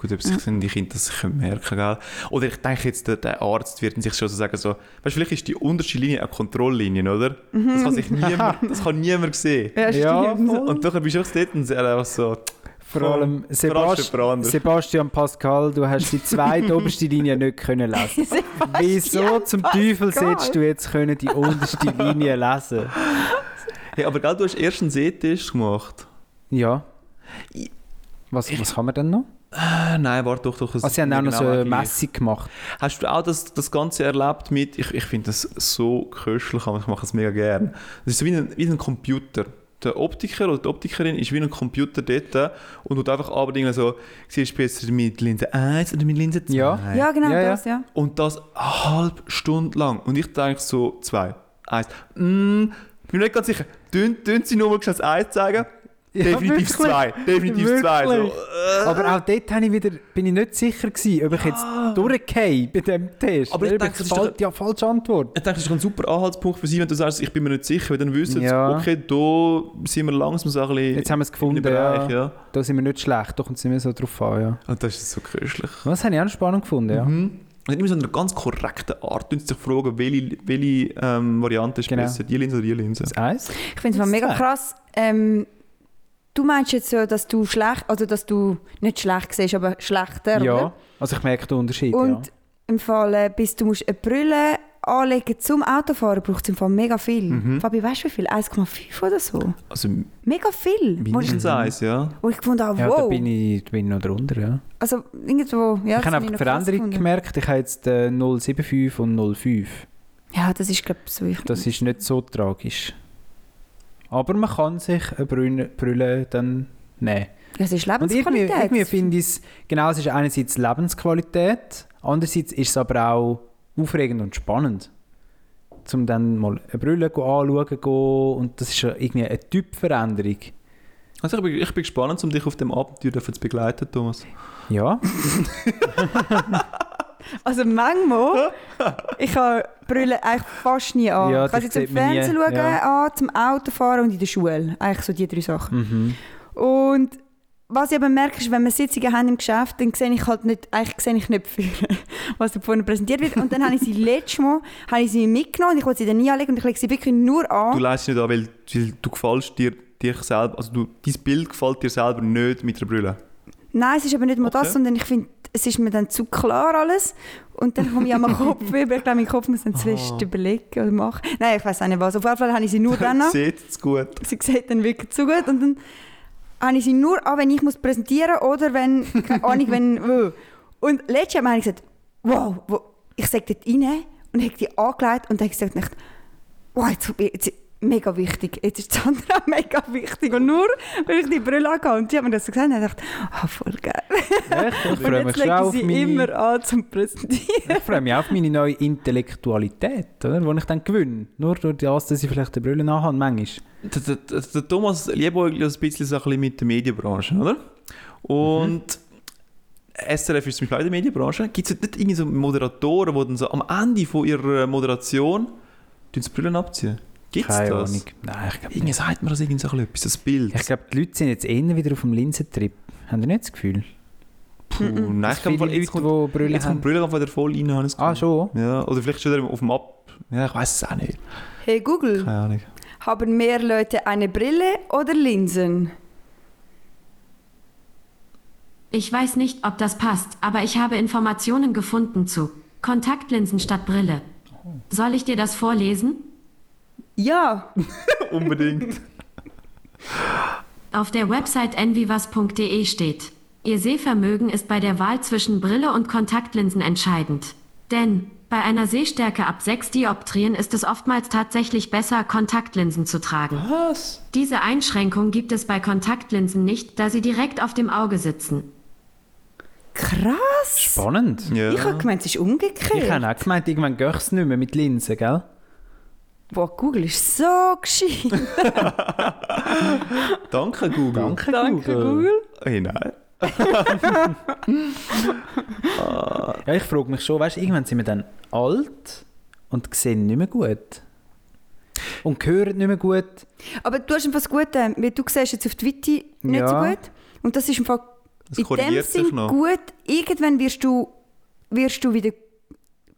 Gut, ob sich die Kinder das können merken gell? Oder ich denke jetzt, der, der Arzt wird sich schon so sagen, so, weißt du, vielleicht ist die unterste Linie eine Kontrolllinie, oder? Das kann sich niemand, das kann niemand sehen. Ja, voll. Und dann bist du einfach dort und sie einfach so, vor allem Verarscht jemand Sebast anderes. Sebastian Pascal, du hast die zweite oberste Linie nicht können lesen. Wieso zum Teufel Pascal? solltest du jetzt können die unterste Linie lesen? hey, aber gell, du hast erst einen Sehtest gemacht. Ja. Ich- Was, was haben wir denn noch? Äh, nein, warte doch, doch. es Also, sie haben ist auch noch so genau eine gleich. Messung gemacht. Hast du auch das, das Ganze erlebt mit, ich, ich finde das so köstlich, aber ich mache es mega gern. Das ist so wie ein, wie ein Computer. Der Optiker oder die Optikerin ist wie ein Computer dort und tut einfach anbringen, so, siehst du besser mit Linse 1 oder mit Linse 2? Ja. Ja, genau Ja, ja. das, ja. Und das eine halbe Stunde lang. Und ich denke so, zwei, eins. Mm, bin mir nicht ganz sicher. Dünn, dünn sie nur mal schnell das eins zeigen? Ja, definitiv wirklich. zwei. Definitiv zwei. also. So. äh, Wirklich. Aber auch dort habe ich wieder, bin ich nicht sicher gewesen, ob ich jetzt durchgehe bei diesem Test. Ah. Aber ich Ob denke, das ist fal- doch- ja, falsche Antwort. Ich denke, das ist ein super Anhaltspunkt für sie, wenn du sagst, ich bin mir nicht sicher, weil dann wissen sie, Ja. okay, da sind wir langsam so ein bisschen Jetzt haben wir es in gefunden, dem Bereich, ja. ja. Da sind wir nicht schlecht, da kommt es nicht mehr so drauf an, ja. Und das ist so köstlich. Das habe ich auch noch spannend gefunden, ja. Mhm. Und immer so eine ganz korrekte Art, du dich fragen, welche, welche ähm, Variante ist Genau. besser, die Linse oder die Linse. Das Eis? Ich finde es mega Zwei. krass, ähm, Du meinst jetzt so, dass du schlecht, also dass du nicht schlecht siehst, aber schlechter, Ja, oder? also ich merke den Unterschied. Und ja. im Fall, äh, bis du musst eine Brille anlegen zum Autofahren, braucht es im Fall mega viel. Mhm. Fabi, weißt du wie viel? 1,5 oder so? Also Mega viel. Wo ich, mindestens eins, ja. wo ich gefunden habe, Ja, da wow. bin ich, da bin ich noch drunter. Ja. also irgendwo, ja, das ich habe habe einfach noch die krass Veränderung gefunden. gemerkt. Ich habe jetzt äh, 075 und 05. Ja, das ist, glaube ich, so. Ich, Das ist nicht so tragisch. Aber man kann sich eine Brille, Brille dann nehmen. das ist Und irgendwie, Lebensqualität. irgendwie finde ich es, genau, es ist einerseits Lebensqualität, andererseits ist es aber auch aufregend und spannend. Um dann mal eine Brille anschauen zu gehen und das ist ja irgendwie eine Typveränderung. Also ich bin, ich bin gespannt, um dich auf dem Abenteuer dürfen zu begleiten, Thomas. Ja, Also manchmal, ich habe Brille eigentlich fast nie an. Ja, ich kann das sie zum sieht man nie, Fernsehen schauen, ja. an, zum Autofahren und in der Schule. Eigentlich so die drei Sachen. Mhm. Und was ich aber merke, ist, wenn wir Sitzungen haben im Geschäft, dann sehe ich halt nicht, eigentlich sehe ich nicht viel, was da vorne präsentiert wird. Und dann habe ich sie letztes Mal habe ich sie mitgenommen und ich wollte sie dann nie anlegen und ich lege sie wirklich nur Du Oh. an. leistest nicht an, weil, weil du gefällst dir, dich selber, also du, dein Bild gefällt dir selber nicht mit der Brille. Nein, es ist aber nicht mal Okay. das, sondern ich finde, es ist mir dann zu klar alles. Und dann komme ich an meinen Kopf über. Ich glaube, mein Kopf muss dann zuerst überlegen oder machen. Nein, ich weiß auch nicht was. Auf jeden Fall habe ich sie nur dann an. Seht es gut. sie sieht dann wirklich zu gut und dann habe ich sie nur an, wenn ich muss präsentieren oder wenn, keine Ahnung, wenn, oh. Und letztes Jahr habe ich gesagt, wow, wo, ich sage dort rein und habe die angelegt und dann habe ich gesagt, nicht, wow, jetzt, jetzt mega wichtig, jetzt ist Sandra mega wichtig und nur, weil ich die Brille angehabt habe. und sie hat mir das so gesagt und habe ich gedacht, ah, voll geil. echt? Ich freue Und mich jetzt schon lege ich auf sie meine, immer an zum Präsentieren. ich freue mich auch auf meine neue Intellektualität, oder? Wo ich dann gewinne. Nur durch das, dass ich vielleicht eine Brille anhabe, manchmal. Der, der, der- der Thomas liebäugelt ein bisschen, so ein bisschen mit der Medienbranche, oder? Und SRF ist zum Beispiel auch in der Medienbranche. Gibt es nicht irgendwie so Moderatoren, die dann so am Ende von ihrer Moderation die Brille abziehen? Gibt es das? Keine Ahnung. Nein, ich glaube Irgendwie sagt man das irgendwie so ein bisschen etwas, das Bild. Ich glaube, die Leute sind jetzt eher wieder auf dem Linsentrip. Haben ihr nicht das Gefühl? Puh, nein, Dass ich glaube, jetzt kommt, die Brille jetzt kommt haben. die Brille wieder voll rein. habe ich das Ah, Gefühl. schon? Ja, oder vielleicht schon wieder auf dem Ab... Ja, ich weiß es auch nicht. Hey Google, Keine Ahnung. haben mehr Leute eine Brille oder Linsen? Ich weiß nicht, ob das passt, aber ich habe Informationen gefunden zu Kontaktlinsen statt Brille. Soll ich dir das vorlesen? Ja, Unbedingt. Auf der Website envivas.de steht, Ihr Sehvermögen ist bei der Wahl zwischen Brille und Kontaktlinsen entscheidend. Denn bei einer Sehstärke ab 6 Dioptrien ist es oftmals tatsächlich besser, Kontaktlinsen zu tragen. Was? Diese Einschränkung gibt es bei Kontaktlinsen nicht, da sie direkt auf dem Auge sitzen. Krass! Spannend. Ja. Ich habe gemeint, es ist Ich umgekehrt. habe auch gemeint, irgendwann gehe ich es nicht mehr mit Linsen, gell? Wow, Google ist so gescheit. Danke, Google. Danke, Danke, Google. Hey, nein. Ja, ich frage mich schon, weißt du, irgendwann sind wir dann alt und sehen nicht mehr gut. Und hören nicht mehr gut. Aber du hast etwas Gutes, ähm, weil du siehst jetzt auf die Witte nicht Ja. so gut. Und das ist im Fall Es in dem korrigiert sich Sinn noch. gut. Irgendwann wirst du, wirst du wieder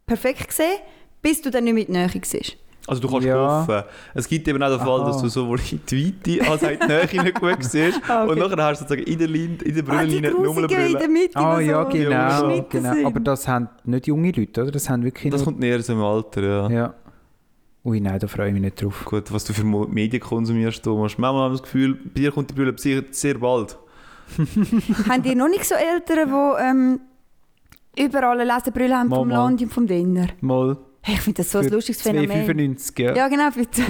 perfekt sehen, bis du dann nicht mehr in die Nähe siehst. Also du kannst Ja. hoffen. Es gibt eben auch den Fall, Aha. dass du sowohl in die Weite als auch in die Nähe nicht gut siehst. Ah, okay. Ah, Und nachher hast du sozusagen in der, Lin in der die Brille nur eine Grusigen in der Brille. Mitte. Ah die ja, so genau, geschnitten sind. genau. Aber das haben nicht junge Leute, oder? Das haben wirklich Das nur- kommt näher so im Alter, ja. Ja. Ui, nein, da freue ich mich nicht drauf. Gut, was du für Mo- Medien konsumierst, Thomas. Manchmal haben wir das Gefühl, bei dir kommt die Brille sehr, sehr bald. Haben die noch nicht so Eltern, die ähm, überall eine Lesenbrille haben, Mal, vom mal. Land und vom Dinner? Mal Hey, ich finde das so ein für lustiges Phänomen. 2,95, ja. Ja, genau. für die-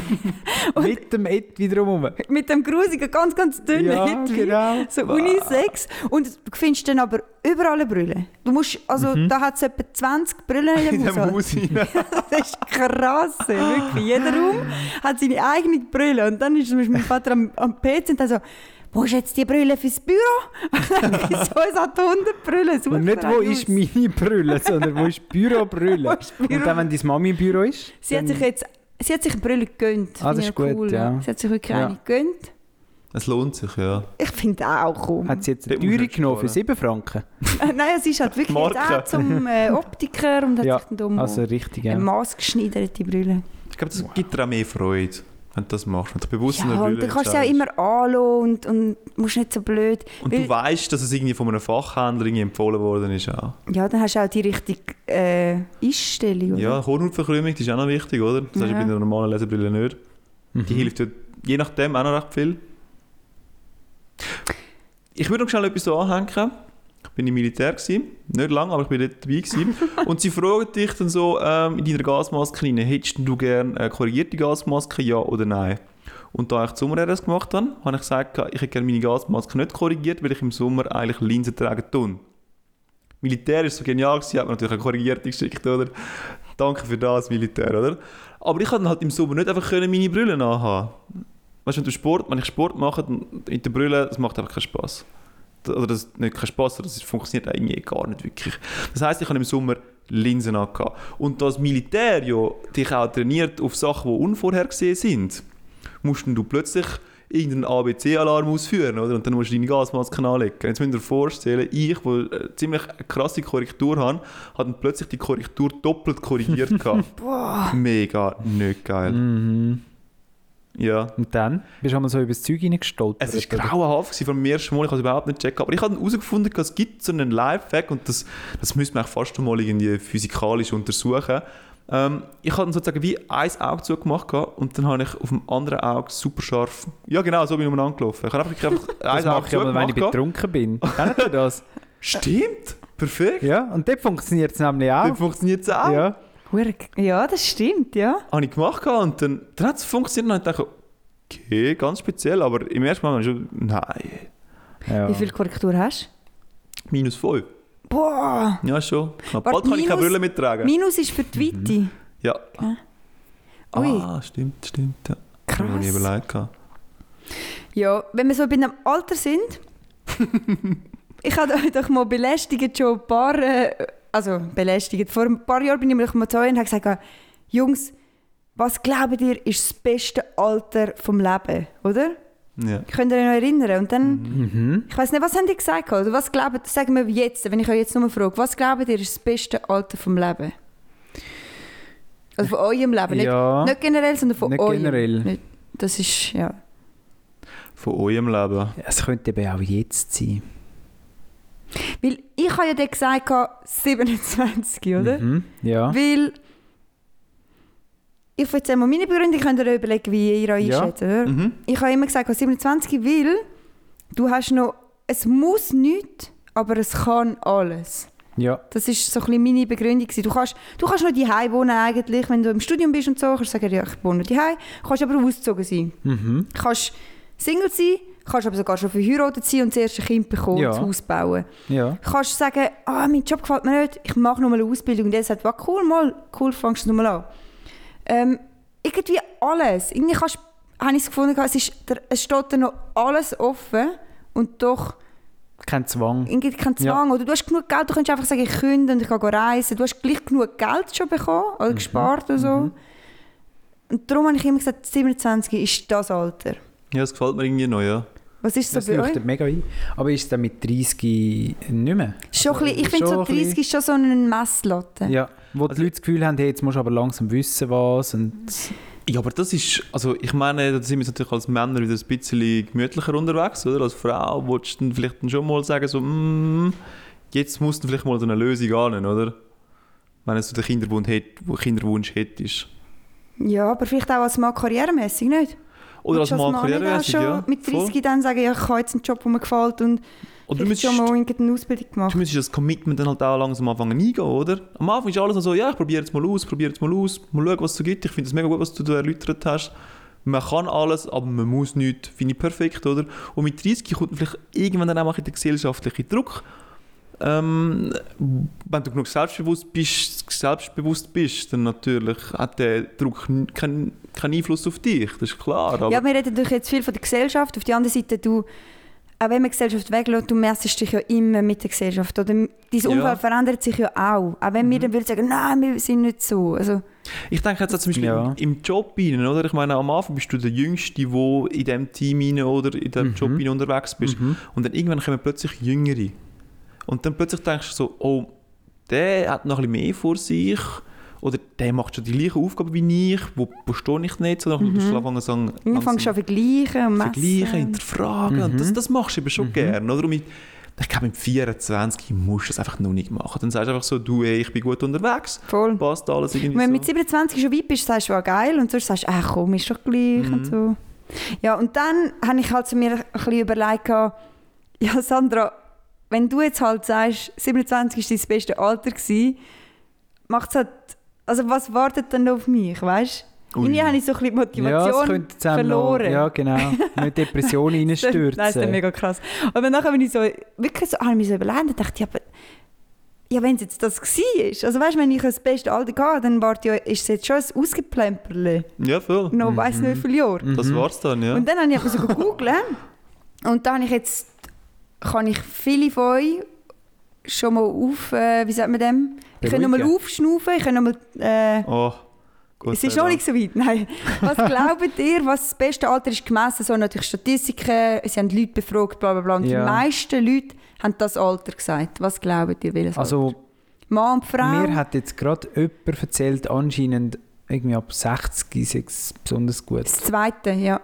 Und- Mit dem Ed wiederum rum. mit dem grusigen, ganz, ganz dünnen Ja, Häppchen. genau. So Unisex. Und du findest dann aber überall eine Brille. Du musst, also Mhm. da hat es etwa 20 Brillen in In dem dem Haushalt. Haus rein. Das ist krass, ey, wirklich. Jeder Raum hat seine eigene Brille. Und dann ist zum Beispiel mein Vater am, am PC und dann so, wo ist jetzt die Brille fürs Büro? Und dann, Wieso, es hat 100 Brillen. Such Und nicht, mir wo eine ist aus. meine Brille, sondern wo ist Bürobrille. Wo ist Büro- Und dann, wenn deine Mami im Büro ist, Sie hat dann- sich jetzt, sie hat sich eine Brille gegönnt. Ah, Finde das ist ich ja gut, ja. Sie hat sich wirklich Ja. eine gegönnt. Es lohnt sich, ja. Ich finde auch cool. hat sie jetzt eine Dort musst du Teuerung genommen für sparen. 7 Franken. Äh, Nein, es ist halt wirklich Marke. jetzt auch zum äh, Optiker und hat Ja, sich dann da um also richtig, eine ja. maßgeschneiderte Brille. Ich glaube, das gibt dir auch mehr Freude. Wenn du das machst, wenn du bewusst Ja, eine und Brille dann kannst du ja entscheidest. immer anlassen und, und musst nicht so blöd. Und weil- du weißt, dass es irgendwie von einem Fachhändler irgendwie empfohlen worden ist auch. Ja, dann hast du auch die richtige äh, Einstellung. Oder? Ja, Hornhautverkrümmung, die ist auch noch wichtig, oder? Das hast du Ja. bei einer normalen Lesebrille nicht. Die hilft dir je nachdem auch noch recht viel. Ich würde noch schnell etwas so anhängen. Ich bin im Militär, gewesen. nicht lange, aber ich bin dort dabei. Gewesen. Und sie fragen dich dann so ähm, in deiner Gasmaske rein, hättest du gerne eine korrigierte Gasmaske, ja oder nein? Und da ich die Sommer-RS gemacht habe, habe ich gesagt, ich hätte gerne meine Gasmaske nicht korrigiert, weil ich im Sommer eigentlich Linsen tragen tun. Militär ist so genial, gewesen, hat mir natürlich eine korrigierte geschickt, oder? Danke für das, Militär, oder? Aber ich konnte halt im Sommer nicht einfach können meine Brille anhaben. Weißt du, wenn, du Sport, wenn ich Sport mache dann mit der Brille, das macht einfach keinen Spass. D- Oder das nicht keinen Spass, sondern das funktioniert eigentlich gar nicht wirklich. Das heisst, ich habe im Sommer Linsen angehabt. Und das Militär ja dich auch trainiert auf Sachen, die unvorhergesehen sind, musst dann du plötzlich irgendeinen ABC-Alarm ausführen, oder? Und dann musst du deine Gasmaske anlegen. Jetzt müsst ihr euch vorstellen, ich, der eine ziemlich krasse Korrektur habe, habe dann plötzlich die Korrektur doppelt korrigiert gehabt. Mega nicht geil. Ja. Und dann bist du einmal so über das Zeug hineingestolpert. Es ist oder? grauenhaft gewesen vom ersten Mal, ich habe es überhaupt nicht checkt. Aber ich habe dann herausgefunden, es gibt so einen Lifehack und das, das müsste man auch fast mal irgendwie physikalisch untersuchen. Ähm, ich habe dann sozusagen wie ein Auge zugemacht gehabt und dann habe ich auf dem anderen Auge super scharf... Ja genau, so bin ich umeinander gelaufen. Ich habe einfach, einfach Das ein Auge mache ich aber, wenn ich zugemacht gehabt. betrunken bin. Kennst du das? Stimmt, perfekt. Ja, und dort funktioniert es nämlich Dann auch. funktioniert es auch. Ja. Hure- ja, das stimmt, ja. habe ich gemacht gehabt und dann, dann hat es funktioniert und dann dachte ich, okay, ganz speziell, aber im ersten Mal habe ich schon, nein, Ja. Wie viel Korrektur hast minus 5. du? Boah! Ja, schon. Knapp. Warte, Bald kann ich keine minus- Brille mittragen. Minus ist für die Weite. Ja. Ui. Mhm. Ah, stimmt, stimmt. Ja. Krass. Ich nie Krass. überlegt. gehabt. Ja, wenn wir so bei einem Alter sind. ich habe euch doch mal belästigt, schon ein paar. Äh, also belästigt. Vor ein paar Jahren bin ich nämlich mal zu euch und habe gesagt: Jungs, was glaubt ihr, ist das beste Alter vom Leben, oder? Ja. Könnt ihr euch noch erinnern? Und dann, Mhm. ich weiß nicht, was habt ihr gesagt? gehabt? Oder was glaubt, sagen wir jetzt, wenn ich euch jetzt nur frage, was glaubt ihr, ist das beste Alter vom Leben? Also von eurem Leben, nicht, Ja. nicht generell, sondern von Nicht eurem. generell. Nicht- Das ist, ja. Von eurem Leben. Es könnte eben auch jetzt sein. Weil ich habe ja dann gesagt, gehabt, 27, oder? Mhm. Ja. Weil, ich erzähle mal meine Begründung, könnt ihr euch überlegen, wie ihr euch Ja. einschätzt, oder? Mhm. Ich habe immer gesagt, 27, weil du hast noch, es muss nichts, aber es kann alles. Ja. Das ist so ein bisschen meine Begründung. gewesen. Du kannst, du kannst noch die wohnen eigentlich, wenn du im Studium bist und so, kannst du sagen, ja, ich wohne noch die Du kannst aber auch ausgezogen sein. Mhm. Du kannst Single sein, kannst aber sogar schon verheiratet sein und das erste Kind bekommen, Ja. das Haus bauen. Ja. kannst du sagen, ah, mein Job gefällt mir nicht, ich mache nochmal eine Ausbildung. Und er sagt, wow, cool, mal, cool, fangst du nochmal an. Ähm, irgendwie alles. Irgendwie kannst, habe ich es gefunden, es, ist, der- es steht da noch alles offen und doch Kein Zwang. irgendwie kein Zwang. Oder du hast genug Geld, du kannst einfach sagen, ich könnte und ich kann gehen reisen. Du hast gleich genug Geld schon bekommen Mhm. oder gespart oder so. Und darum habe ich immer gesagt, 27 ist das Alter. Ja, das gefällt mir irgendwie noch, ja. Was ist so Das bei euch? leuchtet mega ein. Aber ist es dann mit 30 nicht mehr? Schon ein bisschen, ich Schon finde, so ein bisschen. 30 ist schon so eine Messlatte. Ja. Wo die Also- Leute das Gefühl haben, hey, jetzt musst du aber langsam wissen, was. Und Ja, aber das ist, also ich meine, da sind wir jetzt natürlich als Männer wieder ein bisschen gemütlicher unterwegs, oder? Als Frau wolltest du dann vielleicht dann schon mal sagen, so, mm, jetzt musst du vielleicht mal so eine Lösung annehmen, oder? Wenn es so den Kinderwunsch, hätt, Kinderwunsch hättest. Ja, aber vielleicht auch als Mann karrieremässig, nicht? Oder als Willst du Mann nicht auch karrieremäßig, schon ja. Mit Voll. 30 dann sagen, ja, ich habe jetzt einen Job, der mir gefällt und Oder du ich habe müsstest schon mal irgendeine Ausbildung Du gemacht. müsstest das Commitment dann halt auch langsam anfangen eingehen, oder? Am Anfang ist alles noch so, ja, ich probiere jetzt mal aus, probiere jetzt mal aus, mal schauen, was es so gibt. Ich finde es mega gut, was du da erläutert hast. Man kann alles, aber man muss nichts. Finde ich perfekt, oder? Und mit 30 kommt dann vielleicht irgendwann dann auch mal ein bisschen der gesellschaftliche Druck. Ähm, wenn du genug selbstbewusst bist, selbstbewusst bist, dann natürlich hat der Druck n- keinen keinen Einfluss auf dich, das ist klar. Aber Ja, wir reden natürlich jetzt viel von der Gesellschaft. Auf der anderen Seite, du, auch wenn man die Gesellschaft weglässt, du messest dich ja immer mit der Gesellschaft. Oder dein Umfeld verändert sich ja auch. Auch Mhm. wenn wir dann würden sagen, nein, wir sind nicht so. Also, Ich denke jetzt auch zum Beispiel Ja. im, im Job rein, oder? Ich meine, am Anfang bist du der Jüngste, der in diesem Team rein oder in Mhm. diesem Job rein unterwegs bist. Und dann irgendwann kommen plötzlich Jüngere. Und dann plötzlich denkst du so, oh, der hat noch ein bisschen mehr vor sich. Oder der macht schon die gleiche Aufgabe wie ich, wo verstehe ich nicht, sondern mhm. du musst anfangen zu sagen, Du fängst schon an vergleichen und messen. Mhm. vergleichen, hinterfragen. Und das, das machst du eben schon gerne. Oder? Und mit, ich glaube, mit 24 musst du das einfach noch nicht machen. Dann sagst du einfach so, du, ey, ich bin gut unterwegs. Voll. Passt alles irgendwie Wenn du so. mit 27 schon weit bist, sagst du, ah, geil, und sonst sagst du, ach komm, ist doch gleich Mhm. und so. Ja, und dann habe ich halt zu mir ein bisschen überlegt, gehabt, ja Sandra, wenn du jetzt halt sagst, 27 war dein beste Alter, gewesen, macht's halt, also was wartet dann noch auf mich, weißt du? Ui. Irgendwie habe ich so ein bisschen die Ja, es Motivation könnte zusammen verloren. Noch, ja, genau. Mit Depression Nein, das ist dann reinstürzen. mega krass. Aber nachher, wenn ich so wirklich so, habe ich mich so überlegt und dachte, ja, aber, ja wenn es jetzt das war, also weißt du, wenn ich das beste Alter gehe, dann warte ja, ist es jetzt schon ein Ausgeplemperle. Ja, voll. Noch weiss nicht wie viele Jahre. Das war's dann, ja. Mhm. Und dann habe ich so gegoogelt und dann habe ich jetzt, kann ich viele von euch schon mal auf, äh, wie sagt man dem? Ich kann nochmal Beruhigen. aufschnaufen, ich kann nochmal... Äh, Oh, Gott es ist sei noch Dank. nicht so weit, nein. Was glaubt ihr, was das beste Alter ist gemessen? So natürlich Statistiken, sie haben Leute befragt, bla bla bla. Und Ja. die meisten Leute haben das Alter gesagt. Was glaubt ihr, welches Alter? Also, Mann und Frau? mir hat jetzt gerade jemand erzählt, anscheinend irgendwie ab 60 sei es besonders gut. das zweite, ja.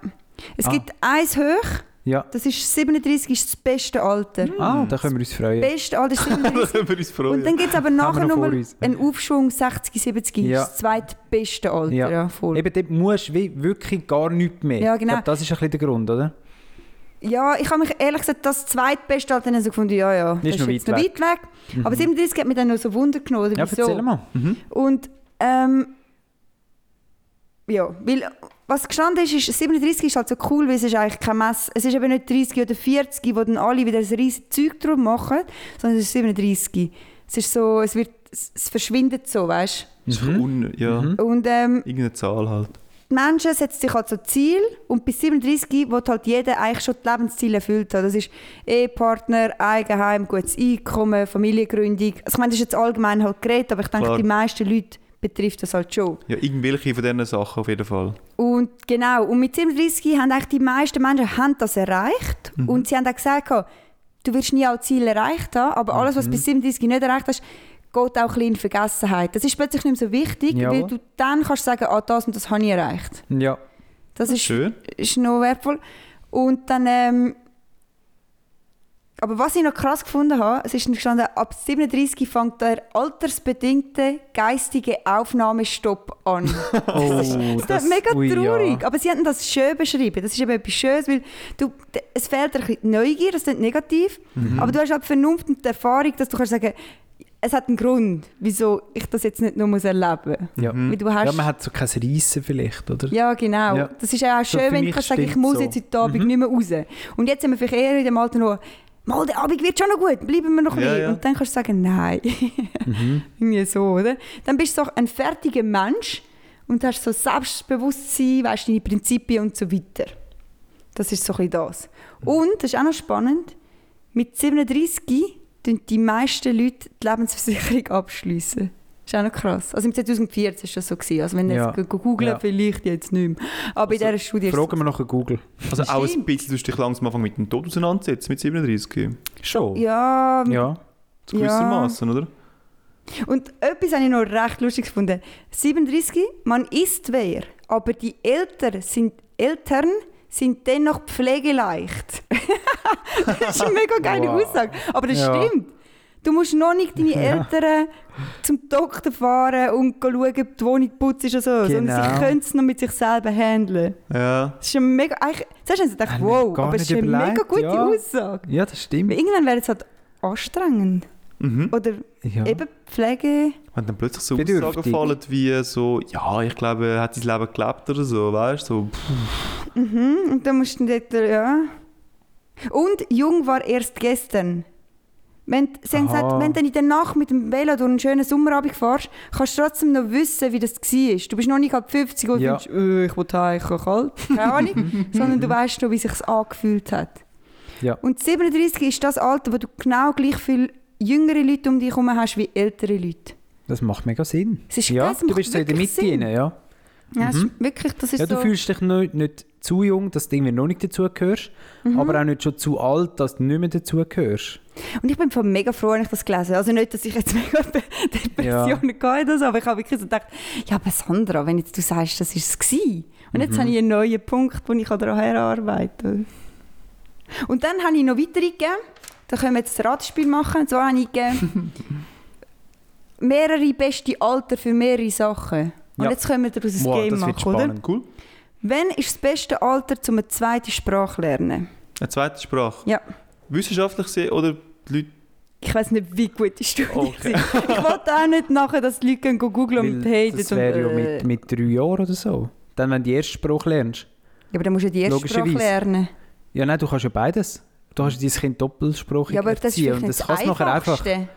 Es Ah. gibt eins hoch, Ja. das ist 37 ist das beste Alter. Ah, da können wir uns freuen. Das Hm. beste Alter ist 37. Können wir uns freuen. Und dann gibt es aber Haben wir nachher noch vor nochmal uns. einen Aufschwung 60, 70 Ja. ist das zweitbeste Alter. Ja. Ja, voll. Eben, dort musst du wie- wirklich gar nichts mehr. Ja, Ich genau. glaub, das ist ein bisschen der Grund, oder? Ja, ich habe mich ehrlich gesagt das zweitbeste halt dann so gefunden, ja, ja, das noch jetzt weit Mhm. noch weit weg. Aber 37 hat mich dann noch so Wunder genommen, oder Ja, wieso. erzähl mal. Und ähm, ja, weil was gestanden ist, ist 37 ist halt so cool, weil es ist eigentlich kein Mess. Es ist eben nicht 30 oder 40, wo dann alle wieder ein riesiges Zeug drum machen, sondern es ist 37. Es ist so, es wird, es es verschwindet so, weißt Das ist un ja, du. Und ähm, irgendeine Zahl halt. die Menschen setzen sich halt so Ziel und bis 37 will halt jeder eigentlich schon die Lebensziele erfüllt haben. Das ist Ehepartner, Eigenheim, gutes Einkommen, Familiengründung. Also ich meine, das ist jetzt allgemein halt geredet, aber ich denke, Klar. die meisten Leute betrifft das halt schon. Ja, irgendwelche von diesen Sachen auf jeden Fall. Und genau, und mit 37 haben eigentlich die meisten Menschen haben das erreicht Mhm. und sie haben auch gesagt, oh, du wirst nie alle Ziele erreicht haben, aber alles, Mhm. was du bis 37 nicht erreicht hast, geht auch ein bisschen in Vergessenheit. Das ist plötzlich nicht mehr so wichtig, Ja. weil du dann kannst sagen, ah, das und das habe ich erreicht. Ja. Das ist Ah, Schön. ist noch wertvoll. Und dann, ähm, aber was ich noch krass gefunden habe, es ist dann gestanden, ab 37 fängt der altersbedingte geistige Aufnahmestopp an. Oh, das Das, ist mega ui, ja. traurig, aber sie hatten das schön beschrieben. Das ist eben etwas Schönes, weil du, d- es fehlt dir ein bisschen Neugier, das ist nicht negativ, Mhm. aber du hast halt Vernunft und die Erfahrung, dass du kannst sagen, es hat einen Grund, wieso ich das jetzt nicht nur muss erleben muss. Ja. Weil du hast ja, man hat so kein Reissen vielleicht, oder? ja, genau. Ja. Das ist ja auch schön, für wenn mich ich kann sagen, ich stimmt muss so. Mhm. jetzt heute Abend nicht mehr raus. Und jetzt haben wir vielleicht eher in dem Alter noch, mal, der Abend wird schon noch gut, bleiben wir noch ein Ja, bisschen. ja. Und dann kannst du sagen, nein. Mhm. Irgendwie so, oder? Dann bist du so ein fertiger Mensch und hast so Selbstbewusstsein, weißt deine Prinzipien und so weiter. Das ist so ein bisschen das. Und, das ist auch noch spannend, mit 37 tun die meisten Leute die Lebensversicherung abschließen. Ist auch noch krass. Also im 2014 war das so. Gewesen. Also wenn ihr Ja. jetzt go- go- googelt, Ja. vielleicht jetzt nicht mehr. Aber Also, in dieser Studie ist es- Fragen wir nachher Google. Also auch ein Stimmt. bisschen tust du dich langsam am Anfang mit dem Tod auseinandersetzen, mit 37. Schon. Ja, Ja. Zu gewissermaßen, oder? und etwas habe ich noch recht lustig gefunden. 37, man ist wer, aber die Eltern sind, Eltern sind dennoch pflegeleicht. das ist eine mega geile Wow. Aussage. Aber das Ja. stimmt. Du musst noch nicht deine Eltern zum Doktor fahren und schauen, ob die Wohnung geputzt ist oder so, sondern Genau. sie können es noch mit sich selber handeln. Ja. Das ist eine mega. Eigentlich, zuerst haben sie gedacht, Haben wir wow, gar aber es ist nicht eine mega überlegt, gute ja. Aussage. Ja, das stimmt. Weil irgendwann wäre es halt anstrengend. Mhm. Oder Ja. eben Pflege. Wenn dann plötzlich so Bedürftig. Aussagen fallen wie so, ja, ich glaube, er hat sein Leben gelebt oder so, weißt du? So, pff, Mhm, und dann musst du dort, ja. Und jung war erst gestern. Wenn, sie haben Aha. gesagt, wenn du in der Nacht mit dem Velo durch einen schönen Sommerabend fährst, kannst du trotzdem noch wissen, wie das war. Du bist noch nicht ab 50 und Ja. denkst, «Öh, ich will heim, ich kann kalt. Keine Ahnung. Sondern du weißt noch, wie sich angefühlt hat. Ja. Und 37 ist das Alter, wo du genau gleich viel jüngere Leute um dich herum hast wie ältere Leute. Das macht mega Sinn. Es ist ja, krass, du macht bist so in der wirklich Mitte Sinn. rein, ja. Ja, es ist wirklich, das ist Ja, du so. fühlst dich nicht, nicht Mhm. zu jung, dass du irgendwie noch nicht dazugehörst, aber auch nicht schon zu alt, dass du nicht mehr dazugehörst. Und ich bin von mega froh, als ich das gelesen habe. Also nicht, dass ich jetzt mega Be- Depressionen hatte hatte, oder so, aber ich habe wirklich so gedacht, ja, aber Sandra, wenn jetzt du sagst, das war es. gewesen. Und Mhm. jetzt habe ich einen neuen Punkt, wo ich daran herarbeite. Und dann habe ich noch weitergegeben, da können wir jetzt ein Ratspiel machen, und zwar habe ich gegeben, mehrere beste Alter für mehrere Sachen. Und Ja. jetzt können wir daraus ein Wow, Game das wird machen, oder? spannend. Cool. Wann ist das beste Alter, um eine zweite Sprache zu lernen? Eine zweite Sprache. Ja. Wissenschaftlich gesehen oder die Leute. Ich weiß nicht, wie gut die Studie Okay. sind. Ich wollte auch nicht nachher, dass die Leute gehen googeln und Weil hey, das und, wäre ja äh. mit, mit drei Jahren oder so. Dann, wenn du die erste Sprache lernst. Ja, aber dann musst du ja die erste Sprache Logischerweise. lernen. Ja, nein, du kannst ja beides. Du kannst dein Kind doppelsprachig Ja, aber das ist erziehen vielleicht und nicht das das kannst du nachher einfach. Einfachste.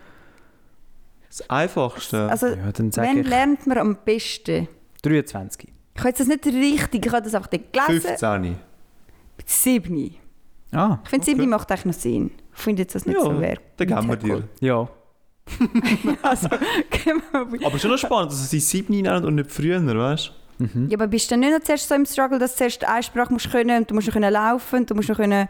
Das Einfachste. Also, Ja, dann sage wann ich lernt man am besten? 23. Ich habe jetzt das nicht richtig, ich habe das einfach dort gelesen. 15. 7. Ich Ah, finde, 7 macht eigentlich noch Sinn. Ich finde jetzt das nicht Ja, so wert. Dann geben wir dir. ja. Also, gehen wir- Aber schon noch spannend, dass sie 7 nennen und nicht früher, weißt du? ja, aber bist du nicht noch zuerst so im Struggle, dass du zuerst eine Sprache musst können und du musst noch können laufen und du musst noch können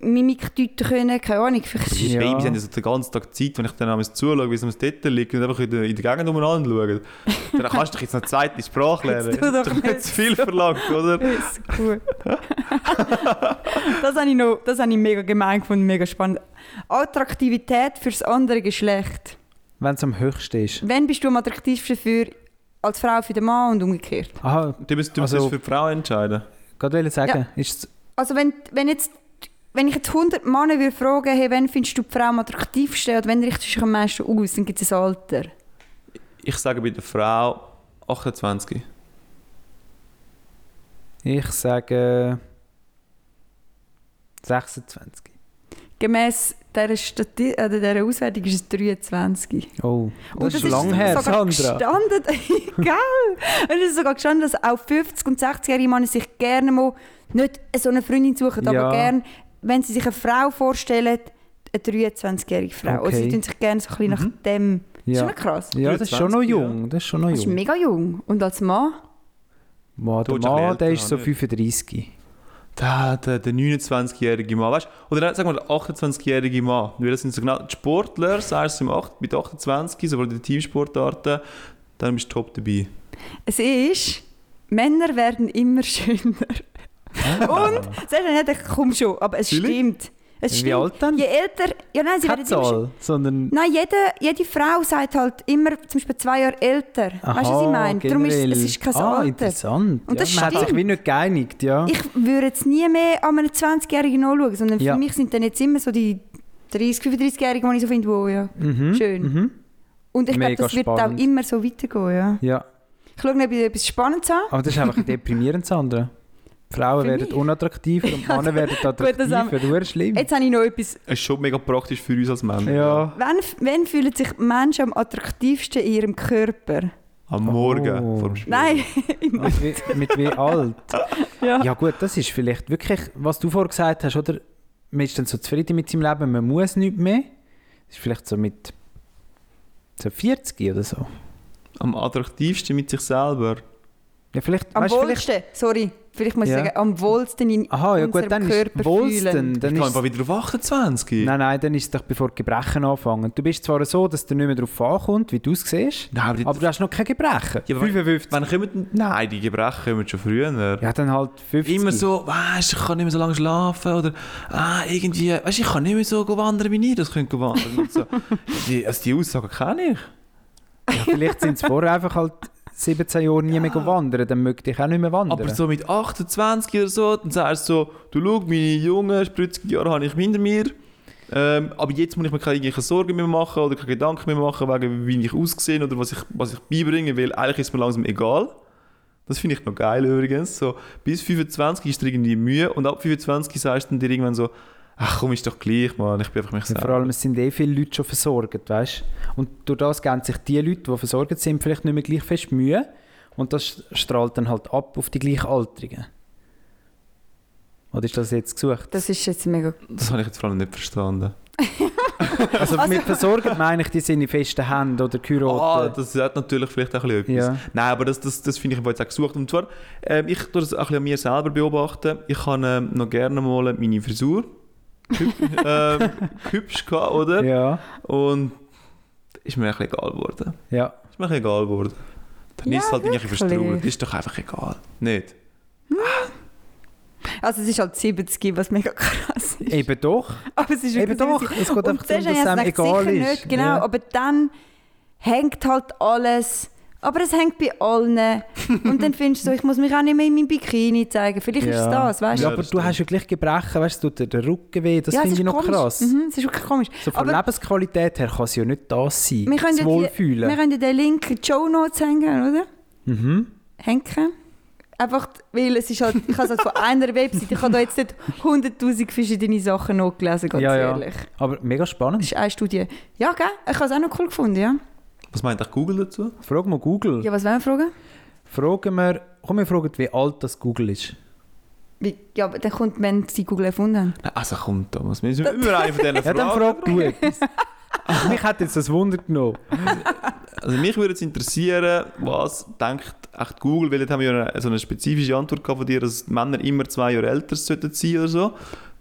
Mimik deuten können, keine Ahnung. Vielleicht Die Ja. Babys haben ja so den ganzen Tag Zeit, wenn ich dann einmal zuschaue, wie sie am dort liegt und einfach in der, in der Gegend umeinander schauen. Dann kannst du dich jetzt noch eine zweite Sprache lernen. Jetzt tu doch Das ist nicht nicht zu viel verlangt, oder? Ist gut. das habe ich, noch- das habe ich mega gemein gefunden, mega spannend. Attraktivität fürs andere Geschlecht. Wenn es am höchsten ist. Wann bist du am attraktivsten für als Frau für den Mann und umgekehrt? Aha, Du musst, du musst Also- das für die Frau entscheiden. gerade wollte ich sagen, ist Also wenn, wenn jetzt wenn ich jetzt 100 Männer würde fragen, hey, wann findest du die Frau am attraktivsten oder wann richtest du dich am meisten aus, dann gibt es ein Alter. Ich sage bei der Frau 28. ich sage 26. Gemäss dieser, Stati oder dieser Auswertung ist es 23. Oh, Und das, ist schon lange her, sogar Sandra. Gestanden, gell? Und es ist sogar gestanden, dass auch 50- und 60-jährige Männer sich gerne mal nicht so eine Freundin suchen, Ja. aber gerne, wenn sie sich eine Frau vorstellen, eine 23-jährige Frau. Also sie Okay. Mhm. tun sich gerne so ein bisschen nach dem. Das ist Ja. schon krass. Ja, das ist schon noch 23, ja. jung. Das ist schon noch Das ist jung. mega jung. Und als Mann? Mann, der Du bist ein bisschen Mann, der älter, ist so nicht? 35. Der, der, der 29-jährige Mann, weißt du? Oder nein, sagen wir der 28-jährige Mann. Weil das sind so genau die Sportler, sagst du im acht- mit 28, sowohl in den Teamsportarten, dann bist du top dabei. Es ist, Männer werden immer schöner. Ah. Und, sagst du nicht, ich komm schon, aber es Vielleicht. stimmt. Es Wie stimmt. alt denn? Je älter, ja nein, sie Keine werden immer schöner. Zahl, sondern Nein, jede, jede Frau sagt halt immer zum Beispiel zwei Jahre älter. weißt du, was ich meine? Darum ist es- es ist kein ah, Alter. interessant. Und das ja, man hat sich stimmt. wie nicht geeinigt, ja. Ich würde jetzt nie mehr an einen 20-Jährigen anschauen, sondern Ja. für mich sind dann jetzt immer so die 30, 35-Jährigen, die ich so finde, wow, ja, Mhm, schön. Und ich glaube, Mega das wird spannend. auch immer so weitergehen, ja. ja. Ich schaue nicht, ob ich etwas Spannendes habe. Aber das ist einfach deprimierend, Sandra. Frauen Für werden mich? unattraktiver und Männer werden das haben attraktiver. Du schlimm. Jetzt habe ich noch etwas. Es ist schon mega praktisch für uns als Männer. Ja. Wann, wann fühlen sich Menschen am attraktivsten in ihrem Körper? Am Morgen Oh. vorm Spiel. Nein, im Mit wie, mit wie alt? Ja. ja gut, das ist vielleicht wirklich, was du vorher gesagt hast, oder? Man ist dann so zufrieden mit seinem Leben, man muss nichts mehr. Das ist vielleicht so mit so 40 oder so. Am attraktivsten mit sich selber. Ja, vielleicht, Am weißt du, vielleicht... wohlsten, sorry, vielleicht muss ich Ja. sagen, am wohlsten in Aha, ja unserem gut, dann Körper ist wohlsten. fühlen. Dann ich kann ist, einfach wieder auf 28. nein, nein, dann ist es doch bevor die Gebrechen anfangen. Du bist zwar so, dass du nicht mehr darauf ankommst, wie du es siehst, Nein, aber die- aber du hast noch keine Gebrechen. Ja, aber- 55. Wann kommen denn... Nein, Nou, die Gebrechen kommen schon früher. Ja, dann halt 50. Immer so, weißt ich kann nicht mehr so lange schlafen oder ah, irgendwie, weißt ich kann nicht mehr so go wandern, wie ich das könnte wandern. Und so. die, also die Aussagen kenne ich. Ja, vielleicht sind es vorher einfach halt 17 Jahre nie mehr gewandert, dann möchte ich auch nicht mehr wandern. Aber so mit 28 oder so, dann sagst du so, du schau, meine jungen, spritzigen Jahre habe ich hinter mir. Ähm, aber jetzt muss ich mir keine irgendwelche Sorgen mehr machen oder keine Gedanken mehr machen, wegen wie ich ausgesehen oder was ich, was ich beibringen will. Eigentlich ist mir langsam egal. Das finde ich noch geil übrigens. So, bis 25 ist dir irgendwie Mühe und ab 25 sagst du dann dir irgendwann so, ach komm, ist doch gleich, Mann, ich bin einfach mich Ja, selbst. Vor allem, es sind eh viele Leute schon versorgt, weißt Und durch das geben sich die Leute, die versorgt sind, vielleicht nicht mehr gleich fest Mühe. Und das strahlt dann halt ab auf die Gleichaltrigen. Oder ist das jetzt gesucht? Das ist jetzt mega Das habe ich jetzt vor allem nicht verstanden. Also, mit versorgt meine ich, die sind in festen Händen oder Ah, geheiratet. das hat natürlich vielleicht auch ein bisschen etwas. äh. Ja. Nein, aber das, das, das finde ich im Fall jetzt auch gesucht. Und zwar, ähm, ich tue das auch ein bisschen an mir selber beobachten. Ich kann ähm, noch gerne mal meine Frisur hüb- ähm, hübsch gehabt, oder? Ja, Und ist mir ein bisschen egal geworden. ja. Ist mir ein bisschen egal geworden. Dann Ja, ist es halt irgendwie wirklich. verstrahlt. Ist doch einfach egal. Nicht? Also es ist halt 70, was mega krass ist. Eben doch. Aber es ist wirklich Eben doch. 70. Es geht einfach Und darum, zuerst dass es habe einem ich gedacht, egal sicher ist. nicht, genau. Ja. Aber dann hängt halt alles. Aber es hängt bei allen. Und dann findest du so, ich muss mich auch nicht mehr in meinem Bikini zeigen. Vielleicht ist es Ja. das, weißt du? Ja, Ja, aber das du hast ja gleich Gebrechen, weißt du, tut dir der Rücken weh, das Ja, es finde ist ich noch komisch. krass. Mhm, es ist wirklich komisch. So von aber Lebensqualität her kann es ja nicht das sein, wir können, das ja die, wir Wohlfühlen. können ja den Link in die Show Notes hängen, oder? Mhm. Henken. Einfach, weil es ist halt, ich habe es halt von einer Webseite, ich habe da jetzt nicht 100'000 verschiedene Sachen nachgelesen, ganz Ja, ja. ehrlich. Aber mega spannend. Das ist eine Studie. Ja, gell? Ich habe es auch noch cool gefunden, ja. Was meint eigentlich Google dazu? Frag mal Google. Ja, was wollen wir fragen? Fragen wir, komm, wir fragen, wie alt das Google ist. Wie, ja, aber dann kommt, wenn sie Google erfunden haben. Nein, also komm, Thomas, wir müssen über eine von diesen Ja, Fragen. dann frag du etwas. Mich hat jetzt das Wunder genommen. Also mich würde es interessieren, was denkt echt Google, weil jetzt haben wir ja eine, so eine spezifische Antwort gehabt von dir, dass Männer immer zwei Jahre älter sollten sein oder so.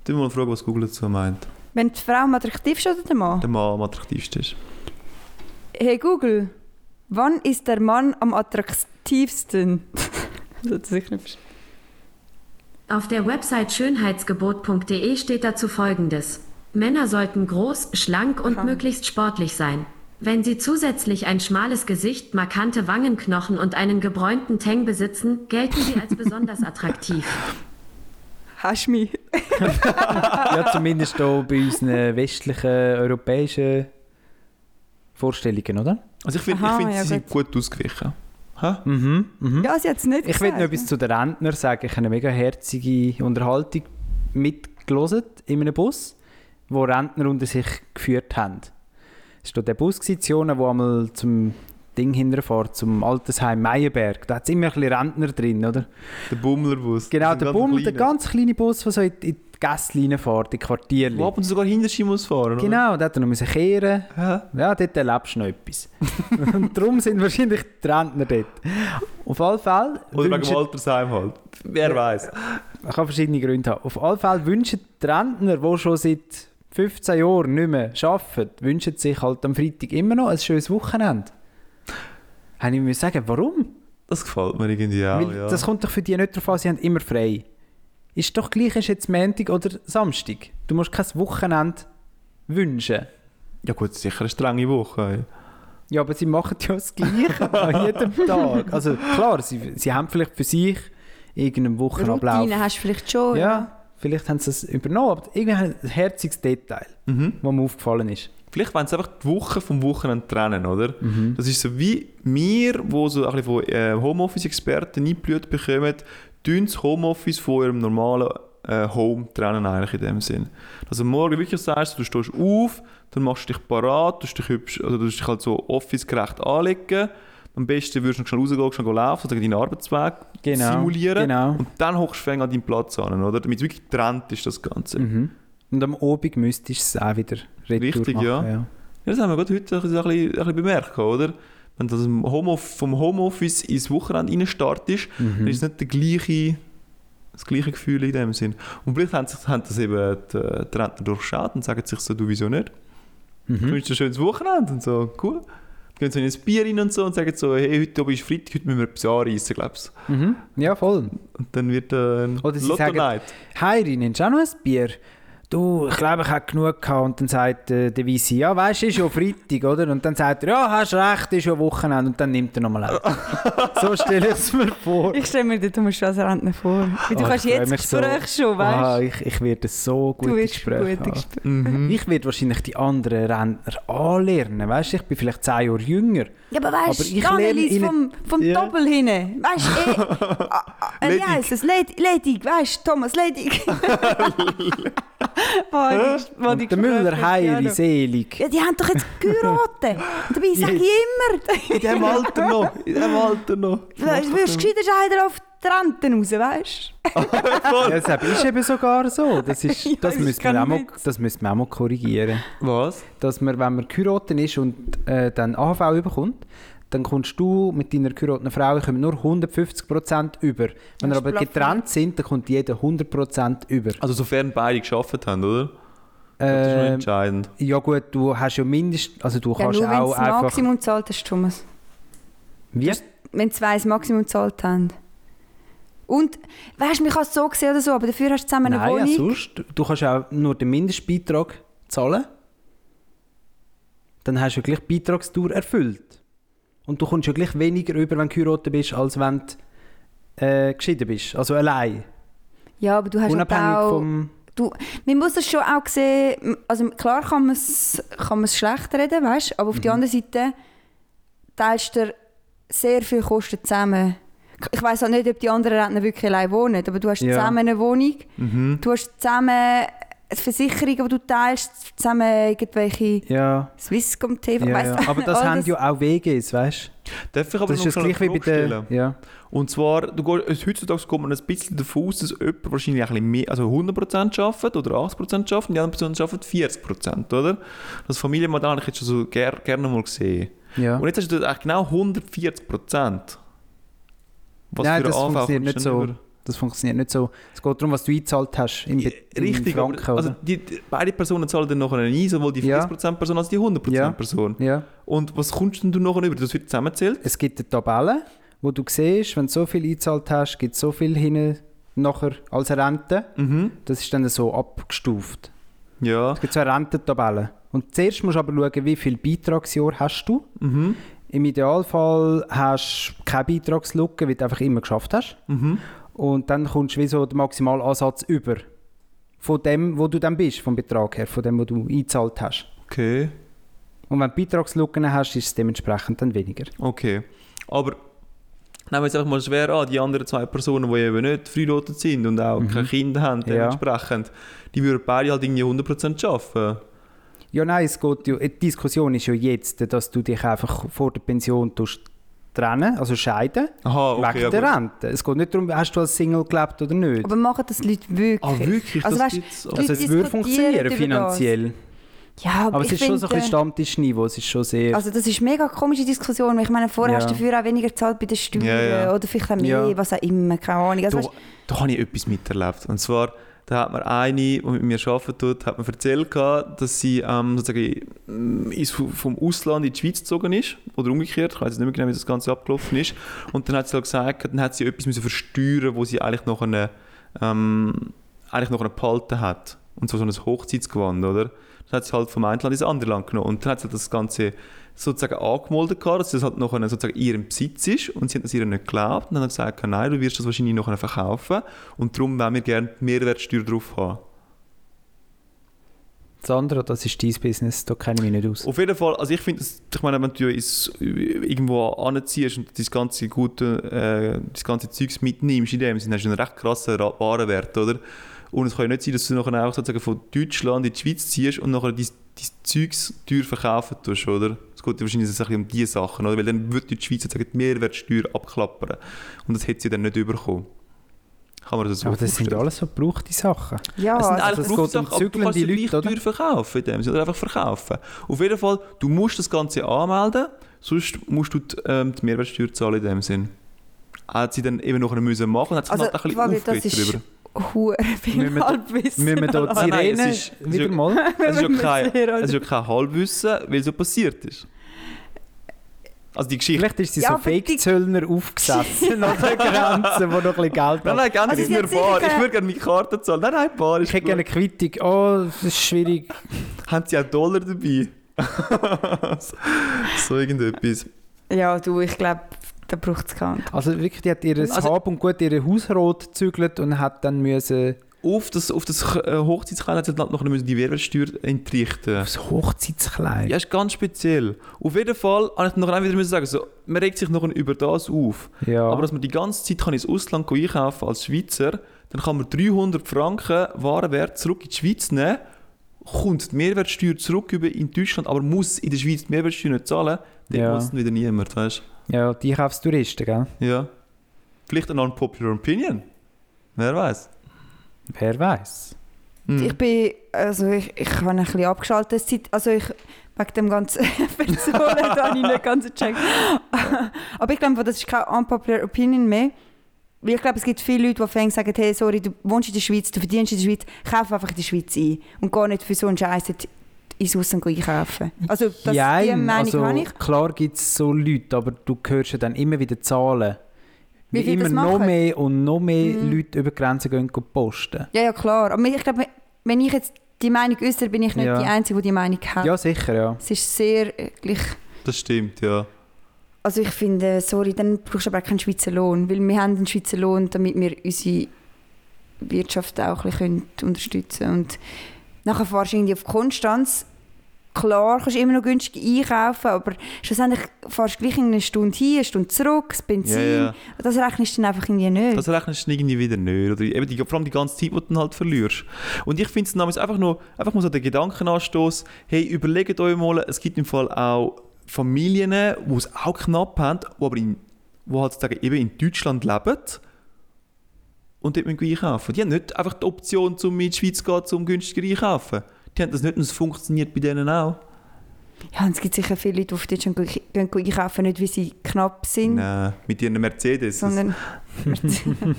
Dann mal fragen, was Google dazu meint. Wenn die Frau am attraktivsten ist oder der Mann? Der Mann am attraktivsten ist. Hey Google, wann ist der Mann am attraktivsten? das hat sich nicht verstanden. Auf der Website schönheitsgebot.de steht dazu folgendes. Männer sollten groß, schlank und möglichst sportlich sein. Wenn sie zusätzlich ein schmales Gesicht, markante Wangenknochen und einen gebräunten Tang besitzen, gelten sie als besonders attraktiv. Hast du mich? Ja, zumindest hier bei unseren westlichen, europäischen Vorstellungen, oder? Also ich finde, ich Aha, finde ja, sie sind gut ausgewichen. Hä? Mhm, mhm. Ja, sie hat es nicht Ich will gesagt. noch etwas zu den Rentner sagen. Ich habe eine mega herzige Unterhaltung mitgelesen in einem Bus, wo Rentner unter sich geführt haben. Es war der Busstation, wo einmal zum Ding hinterfährt, zum Altersheim Meienberg. Da hat es immer ein bisschen Rentner drin, oder? Der Bummlerbus. Genau, Das sind der ganz Bumm, der kleine. ganz kleine Bus, der so in die in die Gasse fährt, in die Quartierli. Wo ab und zu sogar hinter sie muss fahren. Genau, dort musste er müssen kehren. Hä? Ja, dort erlebst du noch etwas. Und darum sind wahrscheinlich die Rentner dort. Auf alle Fälle... Oder? Oder wegen wünschen- dem Altersheim halt. Wer weiß. Man kann verschiedene Gründe haben. Auf alle Fälle wünschen die Rentner, die schon seit 15 Jahren nicht mehr arbeiten, wünschen sich halt am Freitag immer noch ein schönes Wochenende. Habe ich mir sagen, warum? Das gefällt mir irgendwie auch. Weil Genau, ja. das kommt doch für die nicht drauf an, sie haben immer frei. Ist doch gleich, ist jetzt Montag oder Samstag. Du musst kein Wochenende wünschen. ja gut, sicher eine strenge Woche. Ja, aber sie machen ja das Gleiche an jedem Tag. Also klar, sie, sie haben vielleicht für sich irgendeinen Wochenablauf. Routine hast du vielleicht schon. Ja, vielleicht haben sie es übernommen, aber irgendwie ein herziges Detail, ey. Mhm. das mir aufgefallen ist. Vielleicht wollen sie einfach die Woche vom Wochenende trennen, oder? Mhm. Das ist so wie wir, wo so ein bisschen von äh, Homeoffice-Experten eingeblüht bekommen, tun das Homeoffice von ihrem normalen äh, Home trennen eigentlich in dem Sinn. Dass du morgen wirklich sagst, du stehst auf, dann machst du dich parat, du dich hübsch, also du musst dich halt so office-gerecht anlegen. Am besten würdest du noch schnell rausgehen, schnell laufen, oder deinen Arbeitsweg Genau, simulieren. genau. Und dann hockst du fängst an deinen Platz an, oder? Damit es wirklich getrennt ist, das Ganze. Mhm. Und am Abend müsstest du es auch wieder retour Richtig, machen. ja. Ja, das haben wir gerade heute ein bisschen, ein bisschen, ein bisschen bemerkt, oder? Wenn das im Homeoff- vom Homeoffice ins Wochenende rein startest, Mhm. dann ist es nicht der gleiche, das gleiche Gefühl in dem Sinn. Und vielleicht haben, sich, haben das eben die, äh, die Rentner durchschaut und sagen sich so, du wieso nicht? Mhm. Ich wünsche dir ein schönes Wochenende und so, cool. Dann gehen sie in ein Bier rein und so und sagen so, hey, heute Abend ist Freitag, heute müssen wir etwas anreissen, glaubst du? Mhm. Ja, voll. Und dann wird äh, ein Oder sie Lotto sagen- Night. Heiri, nimmst du auch noch ein Bier? Du, ich glaube, ich habe genug gehabt. Und dann sagt äh, der Weisse, ja, weißt du, ist ja Freitag, oder? Und dann sagt er, ja, hast recht, ist ja Wochenende. Und dann nimmt er nochmal ein. so stelle ich es mir vor. Ich stelle mir den Thomas schon als Rentner vor. Weil du Oh, kannst ich freu jetzt mich so. Gespräche schon, Ah, weißt ich, ich werde so du? Du gute wirst Gespräche gut haben. Gespräche. Mhm. Ich werde wahrscheinlich die anderen Rentner anlernen. Weißt du, ich bin vielleicht 10 Jahre jünger. Ja, aber Aber weißt ich du, Annelies lerne vom, vom Ja. Doppel hinten. Weißt du, eh. ah, ah, Wie Ledig. heisst es? Led- Ledig, weißt du, Thomas, ledig. Boah, die- boah, die Und der Müller Gespräche, ja, heiri noch. selig. Ja, die haben doch jetzt geheiratet. Und dabei sage ich immer. In diesem Alter noch, in diesem Alter noch. Du wirst gescheiter scheiden auf die Renten raus, weißt du? Ja, das ist eben sogar so. Das, ist, Ja, das, das müssen kann wir auch ich mal, nicht. das müssen wir auch mal korrigieren. Was? Dass man, wenn man geheiratet ist und äh, dann AHV überkommt, dann kommst du mit deiner geheirateten Frau kommen nur 150% über. Wenn ihr ist aber Plafond. getrennt sind, dann kommt jeder 100% über. Also sofern beide geschafft haben, oder? Das ist schon Ähm, entscheidend. ja gut, du hast ja mindestens, also du Ja, kannst nur wenn du auch das einfach... Maximum zahlt hast, Thomas. Wie? Wenn zwei das Maximum gezahlt haben. Und, weißt du, man kann es so sehen oder so, aber dafür hast du zusammen eine Nein, ja, Wohnung. sonst. Du kannst auch nur den Mindestbeitrag zahlen. Dann hast du ja gleich die Beitragstour erfüllt. Und du kommst ja gleich weniger über, wenn du geheiratet bist, als wenn du äh, geschieden bist. Also allein. Ja, aber du hast halt Unabhängig auch... vom... du, man muss es schon auch sehen, also klar kann man es kann man es schlecht reden, weißt, aber auf Mhm. der anderen Seite teilst du dir sehr viel Kosten zusammen. Ich weiß auch nicht, ob die anderen Rentner wirklich allein wohnen, aber du hast Ja. Mhm. zusammen eine Wohnung, du hast zusammen eine Versicherung, die du teilst, zusammen irgendwelche Ja, Swisscom TV, ja, weißt ja. Aber das haben ja auch WGs, weißt du? Darf ich aber halt Das ist noch das schnell eine gleich wie bei Frage stellen? der... Ja. Und zwar, du gehst, also heutzutage kommt man ein bisschen davon aus, dass jemand wahrscheinlich ein bisschen mehr, also 100% arbeitet oder 80% arbeitet und die andere Person arbeitet 40%, oder? Das Familienmodell habe ich jetzt schon so ger gerne mal gesehen. ja. Und jetzt hast du dort eigentlich genau 140%. Was Nein, einen das Anfang funktioniert nicht kommst du so. denn über? Das funktioniert nicht so. Es geht darum, was du eingezahlt hast. In, Be- in Richtig, Franken, aber, also oder? die, die, beide Personen zahlen dann nachher ein, sowohl die Ja. 40%-Person als die 100%-Person. Ja. Und was kommst denn du nachher über? Das wird zusammengezählt? Es gibt eine Tabelle, wo du siehst, wenn du so viel eingezahlt hast, gibt es so viel hin nachher als Rente. Mhm. Das ist dann so abgestuft. Ja. Es gibt so eine Rententabelle. Und zuerst musst du aber schauen, wie viel Beitragsjahr hast du. Mhm. Im Idealfall hast du keine Beitragslücke, weil du einfach immer geschafft hast. Mhm. Und dann kommst du wie so den Maximalansatz über. Von dem, wo du dann bist, vom Betrag her, von dem, wo du eingezahlt hast. Okay. Und wenn du Beitragslücken hast, ist es dementsprechend dann weniger. Okay. Aber nehmen wir jetzt einfach mal schwer an, die anderen zwei Personen, die eben nicht verheiratet sind und auch kein Kind haben, Mhm. Ja. dementsprechend, die würden beide halt irgendwie 100% arbeiten. Ja, nein, es geht ja, die Diskussion ist ja jetzt, dass du dich einfach vor der Pension tust trennen, also scheiden, Aha, Ah, okay. wegen ja, der gut. Rente. Es geht nicht darum, hast du als Single gelebt oder nicht. Aber machen das die Leute wirklich? Ah, wirklich? Also, das weißt, gibt's? die Ah, also Leute es diskutieren würde über funktionieren das. finanziell. Ja, aber, Aber ich es ist schon so ein finde- bisschen Stammtischniveau, es ist schon sehr... Also das ist eine mega komische Diskussion, weil ich meine, vorher Ja. hast du dafür auch weniger gezahlt bei den Steuern Ja, ja. oder vielleicht auch mehr, Ja. was auch immer, keine Ahnung. Also, da, weißt, da habe ich etwas miterlebt. Und zwar, da hat mir eine, die mit mir arbeiten tut, hat mir erzählt, gehabt, dass sie ähm, sozusagen ähm, ist vo- vom Ausland in die Schweiz gezogen ist. Oder umgekehrt, ich weiß jetzt nicht mehr genau, wie das Ganze abgelaufen ist. Und dann hat sie halt gesagt, dann hat sie etwas müssen versteuern wo sie eigentlich noch eine, ähm, eigentlich noch eine Palte hat. Und zwar so ein Hochzeitsgewand, oder? Dann hat sie halt vom einen Land ins andere Land genommen. Und dann hat sie halt das Ganze sozusagen angemeldet, gehabt, dass das halt noch sozusagen ihrem Besitz ist. Und sie hat das ihr nicht geglaubt. Und dann hat sie gesagt, nein, du wirst das wahrscheinlich noch verkaufen. Und darum wollen wir gerne die Mehrwertsteuer drauf haben. Sandra, das ist dein Business, da kenne ich mich nicht aus. Auf jeden Fall, also ich finde, das- ich meine, wenn du ins, irgendwo anziehst und das ganze gute, äh, das ganze Zeugs mitnimmst, in dem Sinne hast du einen recht krassen Ra- Warenwert, oder? Und es kann ja nicht sein, dass du nachher auch sozusagen von Deutschland in die Schweiz ziehst und nachher dein, dein Zeugs teuer verkaufen tust, oder? Es geht ja wahrscheinlich so ein bisschen um diese Sachen, oder? Weil dann würde die Schweiz sozusagen die Mehrwertsteuer abklappern. Und das hätte sie dann nicht bekommen. Kann man das so Aber das sind vorstellen? alles so gebrauchte Sachen. ja, Es also, sind alles- es eigentlich geht um Berufssachen, aber du kannst sie zügelnde gleich Leute, oder? teuer verkaufen in dem Sinne, oder einfach verkaufen. Auf jeden Fall, du musst das Ganze anmelden, sonst musst du die, ähm, die Mehrwertsteuer zahlen in dem Sinn. Hat sie dann eben noch eine müssen machen und hat sich also noch ein bisschen Fabio, das aufgeregt ist darüber. hure Müssen viel wir- Halbwissen. Müssen wir da die Nein, nein, es Sirene ist- es ist wieder ja- mal? Es ist ja müssen kein, sehr, oder? es ist ja kein Halbwissen, weil es ja passiert ist. Also die Geschichte... Vielleicht ist sie Ja, so aber die- Fake-Zöllner aufgesessen an der Grenze, wo noch ein bisschen Geld Nein, nein, gerne Also ist sie mir hat sicher bar. Ich keine- würde gerne meine Karte zahlen. Nein, nein, bar ist Ich hätte gut. gerne eine Quittung. Oh, das ist schwierig. Haben sie auch Dollar dabei? so irgendetwas. Ja, du, ich glaube, da braucht es keinen. Also wirklich, die hat ihr Also- Hab und Gut, ihr Hausrot gezügelt und hat dann müssen auf das, auf das K- äh, Hochzeitskleid hat sie dann noch müssen die Mehrwertsteuer entrichten. aufs Hochzeitskleid. Ja, ist ganz speziell. Auf jeden Fall habe ich dann noch auch wieder müssen sagen, so, man regt sich noch über das auf. Ja. Aber dass man die ganze Zeit kann ins Ausland gehen einkaufen als Schweizer, dann kann man 300 Franken Warenwert zurück in die Schweiz nehmen, kommt die Mehrwertsteuer zurück über in Deutschland, aber muss in der Schweiz die Mehrwertsteuer nicht zahlen, dann Ja. muss es wieder niemand, weißt ja, die Einkaufstouristen, gell? du? Ja. Vielleicht eine unpopular opinion. Wer weiß? Wer weiß? Hm. Ich bin, also ich, ich habe ein bisschen abgeschaltet. seit- Also ich, wegen dem ganzen Personen, da habe ich nicht ganz gecheckt. Aber ich glaube, das ist keine unpopular Opinion mehr. Weil ich glaube, es gibt viele Leute, die Fänge sagen, hey, sorry, du wohnst in der Schweiz, du verdienst in der Schweiz, kauf einfach in der Schweiz ein. Und gar nicht für so einen Scheiß ins Ausland einkaufen. Also, das, die Jein, Meinung also, habe ich. Klar gibt es so Leute, aber du hörst ja dann immer wieder Zahlen. Wie viel immer das noch machen? mehr und noch mehr Mhm. Leute über die Grenzen gehen, gehen posten. Ja, ja, klar. Aber ich glaube, wenn ich jetzt die Meinung äußere, bin ich nicht Ja. die Einzige, die die Meinung hat. Ja, sicher, ja. Es ist sehr äh, gleich. Das stimmt, ja. Also ich finde, sorry, dann brauchst du aber auch keinen Schweizer Lohn, weil wir haben einen Schweizer Lohn, damit wir unsere Wirtschaft auch ein bisschen können unterstützen können. Und nachher fahrst du irgendwie auf Konstanz. Klar, kannst du immer noch günstig einkaufen, aber schlussendlich fahrst du gleich eine Stunde hin, eine Stunde zurück, das Benzin. Ja, ja. Das rechnest du dann einfach irgendwie nicht. Das rechnest du irgendwie wieder nicht. Oder eben die, vor allem die ganze Zeit, die du dann halt verlierst. Und ich finde es damals einfach nur, einfach mal so den Gedankenanstoß, hey, überlegt euch mal, es gibt im Fall auch Familien, die es auch knapp haben, die aber in, wo halt sozusagen eben in Deutschland leben und dort müssen einkaufen. Die haben nicht einfach die Option, um in die Schweiz zu gehen, um günstiger einkaufen. Die haben das nicht und es funktioniert bei denen auch. Ja, und es gibt sicher viele Leute, die auf Deutschland gehen gehen einkaufen, nicht weil sie knapp sind, Nein, mit ihren Mercedes. das- sondern...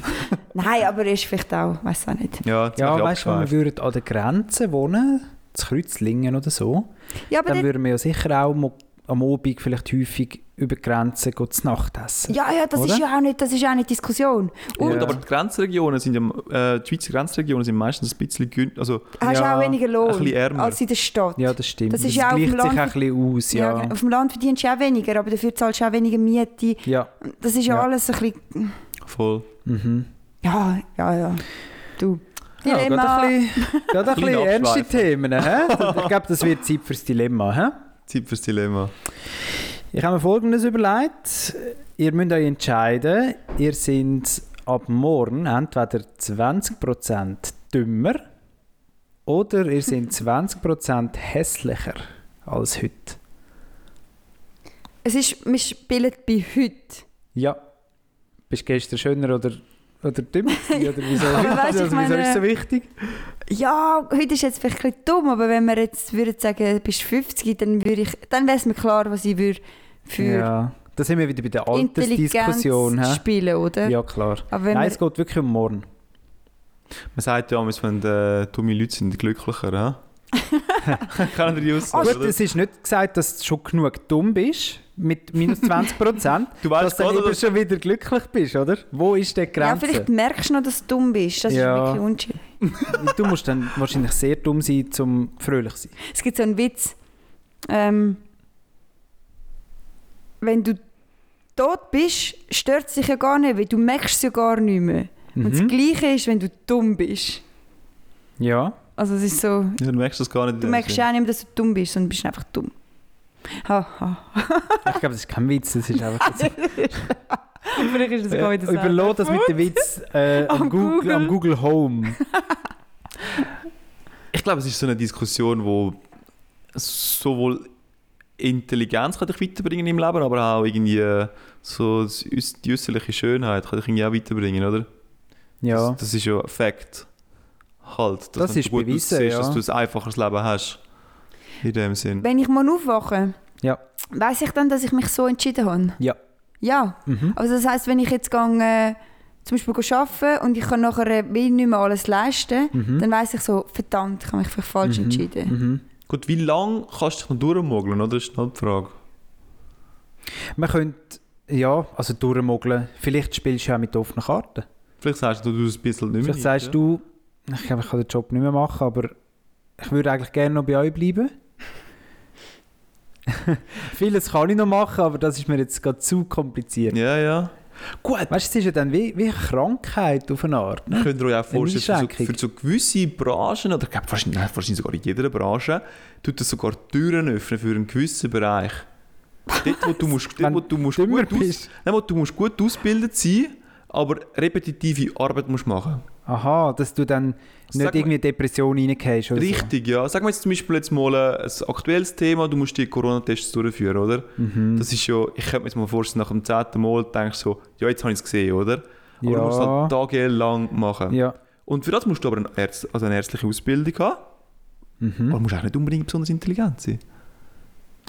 Nein, aber ist vielleicht auch, weiß auch nicht. ja, das Ja, ja, weißt du, wenn wir würden an der Grenze wohnen, zu Kreuzlingen oder so, Ja, aber dann dort- würden wir ja sicher auch mo- am Abend vielleicht häufig über die Grenze gehen, zu Nacht essen. Ja, ja, das Oder? ist ja auch nicht, das ist ja auch nicht Diskussion. Und Ja. Und aber die Grenzregionen sind ja, äh, die Schweizer Grenzregionen sind meistens ein bisschen günstiger, also hast Ja, auch weniger ein bisschen Lohn ärmer. als in der Stadt. Ja, das stimmt. Das ist ja auch auf dem gleicht sich auch Land- ein bisschen aus, Ja, ja. genau. auf dem Land verdienst du auch weniger, aber dafür zahlst du auch weniger Miete. Ja, Das ist ja, Ja. alles ein bisschen... voll. mhm. Ja, ja, ja. Du. Ja, gerade Dilemma. ein bisschen, gerade ein Ein bisschen bisschen ernste abschweifen. Themen. He? Ich glaube, das wird Zeit fürs Dilemma. He? Zeit fürs Dilemma. Ich habe mir Folgendes überlegt. Ihr müsst euch entscheiden. Ihr seid ab morgen entweder 20% dümmer oder ihr seid 20% hässlicher als heute. Es ist, wir spielen bei heute. Ja. Bist gestern schöner oder, oder dümmer? gewesen? Oder wieso, Aber weißt, also, ich wieso meine- ist es so wichtig? Ja, heute ist jetzt vielleicht ein bisschen dumm, aber wenn wir jetzt würden sagen, du bist 50, dann würde ich, dann wäre es mir klar, was ich würde für Ja. Da sind wir wieder bei der Intelligenz Altersdiskussion. he? spielen, oder? Ja, klar. Aber wenn Nein, wir- es geht wirklich um morgen. Man sagt ja, manchmal, wenn äh, dumme Leute sind, die glücklicher, hä? Kann er die Aussage, Also Gut, oder? es ist nicht gesagt, dass du schon genug dumm bist, mit minus 20 Prozent, Du dass weißt du dann gerade, eben dass... schon wieder glücklich bist, oder? Wo ist die ja, Grenze? vielleicht merkst du noch, dass du dumm bist. Das Ja. ist wirklich unschön. du musst dann wahrscheinlich sehr dumm sein, um fröhlich zu sein. Es gibt so einen Witz. Ähm, wenn du tot bist, stört es dich ja gar nicht, weil du merkst es ja gar nicht mehr. Und das Mhm. Gleiche ist, wenn du dumm bist. Ja. Also es ist so, Ja, du merkst das gar nicht. in du dem merkst Sinn. ja auch nicht mehr, dass du dumm bist, sondern bist einfach dumm. Haha. Ich glaube, das ist kein Witz, das ist einfach so. Vielleicht ist das gar nicht Äh, Überlass das mit dem Witz äh, am, Am Google, Google. am Google Home. Ich glaube, es ist so eine Diskussion, wo sowohl Intelligenz kann dich weiterbringen im Leben, aber auch irgendwie äh, so das äuss- die äußerliche Schönheit kann dich irgendwie auch weiterbringen, oder? Ja. Das, das ist ja ein Fakt. Halt, dass Das wenn du ist gut bewiesen, aussiehst, ja. dass du ein einfaches Leben hast. In dem Sinn. Wenn ich mal aufwache, Ja. weiß ich dann, dass ich mich so entschieden habe? Ja. Ja. Mhm. Also das heißt, wenn ich jetzt gehe, äh, zum Beispiel go arbeiten und ich kann nachher äh, wie nicht mehr alles leisten, Mhm. dann weiß ich so, verdammt, ich habe mich vielleicht falsch Mhm. entschieden. Mhm. Gut, wie lange kannst du dich noch durchmogeln, oder? Das ist noch die Frage. Man könnte, ja, also durchmogeln. Vielleicht spielst du ja auch mit offenen Karten. Vielleicht sagst du, du tust ein bisschen nicht mehr. Vielleicht sagst du, ich glaube, ich kann den Job nicht mehr machen, aber ich würde eigentlich gerne noch bei euch bleiben. Vieles kann ich noch machen, aber das ist mir jetzt gerade zu kompliziert. Ja, ja. Gut. Weißt du, es ist ja dann wie, wie eine Krankheit auf eine Art. Dann könnt ihr euch auch vorstellen, für so, Einschränkung. für so gewisse Branchen, oder ich glaube, wahrscheinlich, nein, wahrscheinlich sogar in jeder Branche, tut das sogar Türen öffnen für einen gewissen Bereich. Dort, wo du, musst, dort, Wenn wo du, musst, du dümmer gut, aus, bist. nein, wo du musst gut ausgebildet sein aber repetitive Arbeit musst machen. Aha, dass du dann Sag nicht mal- irgendwie in Depression reingehst. oder so. Richtig, ja. Sagen wir jetzt zum Beispiel jetzt mal äh, ein aktuelles Thema, du musst die Corona-Tests durchführen, oder? Mhm. Das ist ja, ich könnte mir jetzt mal vorstellen, nach dem zehnten Mal denkst du so, ja, jetzt habe ich es gesehen, oder? Aber Ja. du musst es halt tagelang machen. Ja. Und für das musst du aber eine, Ärzt, also eine ärztliche Ausbildung haben, Mhm. aber musst auch nicht unbedingt besonders intelligent sein.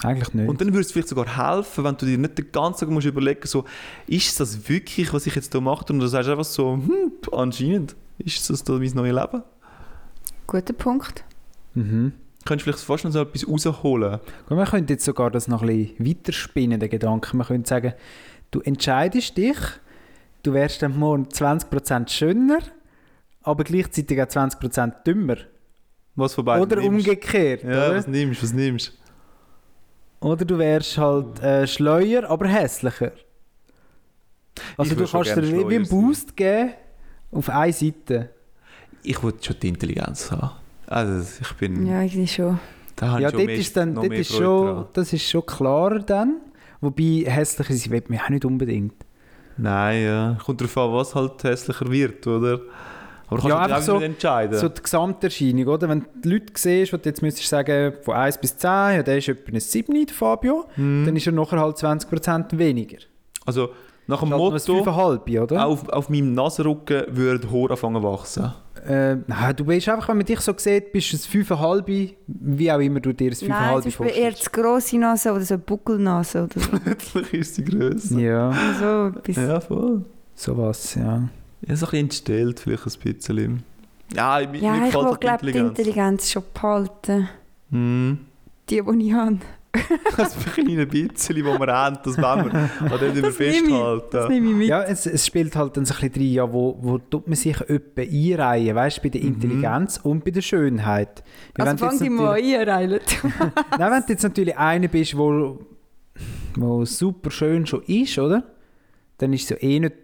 Eigentlich nicht. Und dann würde es vielleicht sogar helfen, wenn du dir nicht den ganzen Tag musst überlegen musst, so, ist das wirklich, was ich jetzt hier mache? Und du sagst einfach so, hm, anscheinend ist das da mein neues Leben. Guter Punkt. mhm. Könntest du vielleicht fast noch so etwas rausholen? Gut, man könnte jetzt sogar das noch ein bisschen weiterspinnen, den Gedanken. Man könnte sagen, du entscheidest dich, du wärst dann morgen 20% schöner, aber gleichzeitig auch 20% dümmer. Was vorbei oder nimmst. umgekehrt. Ja, oder? was nimmst, was nimmst. oder du wärst halt äh, schleuer, aber hässlicher. Also Ich du würd schon kannst dir gerne wie- wie einen schleuer sein. Boost geben auf eine Seite. Ich würde schon die Intelligenz haben. Also ich bin... Ja, irgendwie schon. Da habe ja, ich schon dort mehr, ist dann, noch dort mehr ist Freude schon, dran. das ist schon klar dann. Wobei hässlicher sein will man ja auch nicht unbedingt. Nein, ja. Kommt darauf an, was halt hässlicher wird, oder? Aber kannst Ja, du dich einfach auch so- nicht entscheiden. So die Gesamterscheinung, oder? Wenn du die Leute siehst, und jetzt müsstest du sagen, von 1 bis 10, ja, der ist etwa ein 7, der Fabio, Mhm. dann ist er nachher halt 20% weniger. also nach Am dem Motto, halt 5,5, oder? auf, auf meinem Nasenrücken würde Haar anfangen zu wachsen. Äh, nein, du bist einfach, wenn man dich so sieht, bist du ein 5,5, wie auch immer du dir ein 5,5 Nein, zum Beispiel eher vorstellst. zu grosse Nase oder so eine Buckelnase oder so. Plötzlich ist die Größe. Ja, so etwas. Ja, voll. sowas, ja. Ja, so ein bisschen entstellt vielleicht ein bisschen. Ja, mir, Ja, mir ich gefällt will, doch die glaube die Intelligenz. Intelligenz schon behalten. Hm. Die, die ich habe. Das kleine bisschen, das wir haben, das wollen wir. An dem müssen wir Das nehme ich. Das festhalten. nehme ich mit. Ja, es, es spielt halt dann so ein bisschen rein, ja, wo, wo tut man sich etwa einreihen, weißt du, bei der Intelligenz und bei der Schönheit. Ja, wenn Mhm. also du jetzt fang dich mal ein, Reinhard. Nein, wenn du jetzt natürlich einer bist, wo, wo super schön schon ist, oder? Dann ist es ja eh nicht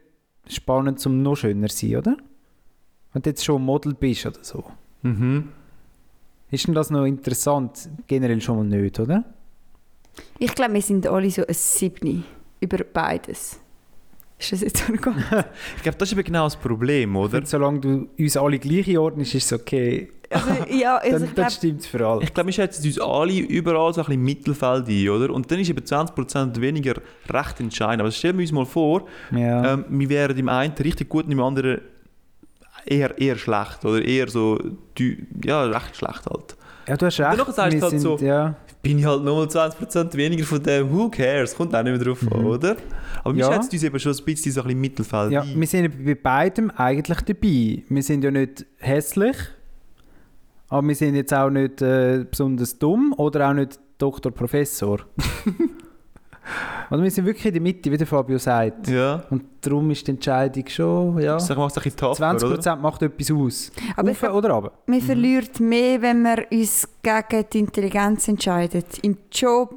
spannend, um noch schöner zu sein, oder? Wenn du jetzt schon Model bist oder so. Mhm. Ist denn das noch interessant? Generell schon mal nicht, oder? Ich glaube, wir sind alle so ein Siebni. Über beides. Ist das jetzt organ? Ich glaube, das ist eben genau das Problem, oder? Und solange du uns alle gleich ordnest, ist es okay. Also, ja, also Dann, ich dann glaube, stimmt es für alle. Ich glaube, wir schätzen uns alle überall so ein bisschen im Mittelfeld ein, oder? Und dann ist eben 20% weniger recht entscheidend. Aber stellen wir uns mal vor, Ja. ähm, wir wären im einen richtig gut und im anderen eher, eher schlecht. Oder eher so, dü- ja, recht schlecht halt. ja, du hast recht. danach sagst du halt so- ja, Bin ich halt nochmal 20% weniger von dem, who cares? Kommt auch nicht mehr drauf an, oder? Aber wir Ja. schätzen uns eben schon ein bisschen so ein bisschen im Mittelfeld ja, ein. wir sind ja bei beidem eigentlich dabei. Wir sind ja nicht hässlich, aber wir sind jetzt auch nicht äh, besonders dumm oder auch nicht Doktor Professor. also wir sind wirklich in der Mitte, wie der Fabio sagt. Ja. Und darum ist die Entscheidung schon, ja. Ich sag mal, es ist ein bisschen tougher, oder? 20% macht etwas aus. aber ich Ufe glaub, oder runter? wir verlieren mehr, wenn wir uns gegen die Intelligenz entscheiden. Im Job,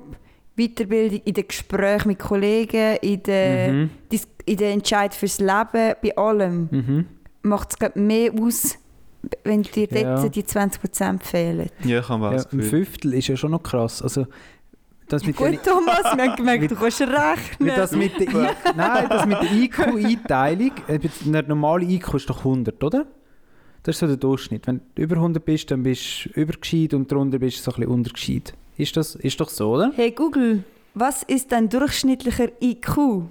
Weiterbildung, in den Gesprächen mit Kollegen, in den, Mhm. Dis- in den Entscheid fürs Leben, bei allem. Mhm. Macht es glaub, mehr aus, wenn dir Ja. dort die 20% fehlen. Ja, kann man Ja, ja, ein Fünftel ist ja schon noch krass. Also, das mit den Gut, Thomas, wir haben gemerkt, du kannst Weil rechnen. das mit der I Nein, das mit der IQ-Einteilung, äh, eine normale IQ ist doch 100, oder? Das ist so der Durchschnitt. Wenn du über 100 bist, dann bist du übergescheit und darunter bist du so ein bisschen untergescheit. Ist, das, ist doch so, oder? Hey Google, was ist dein durchschnittlicher IQ?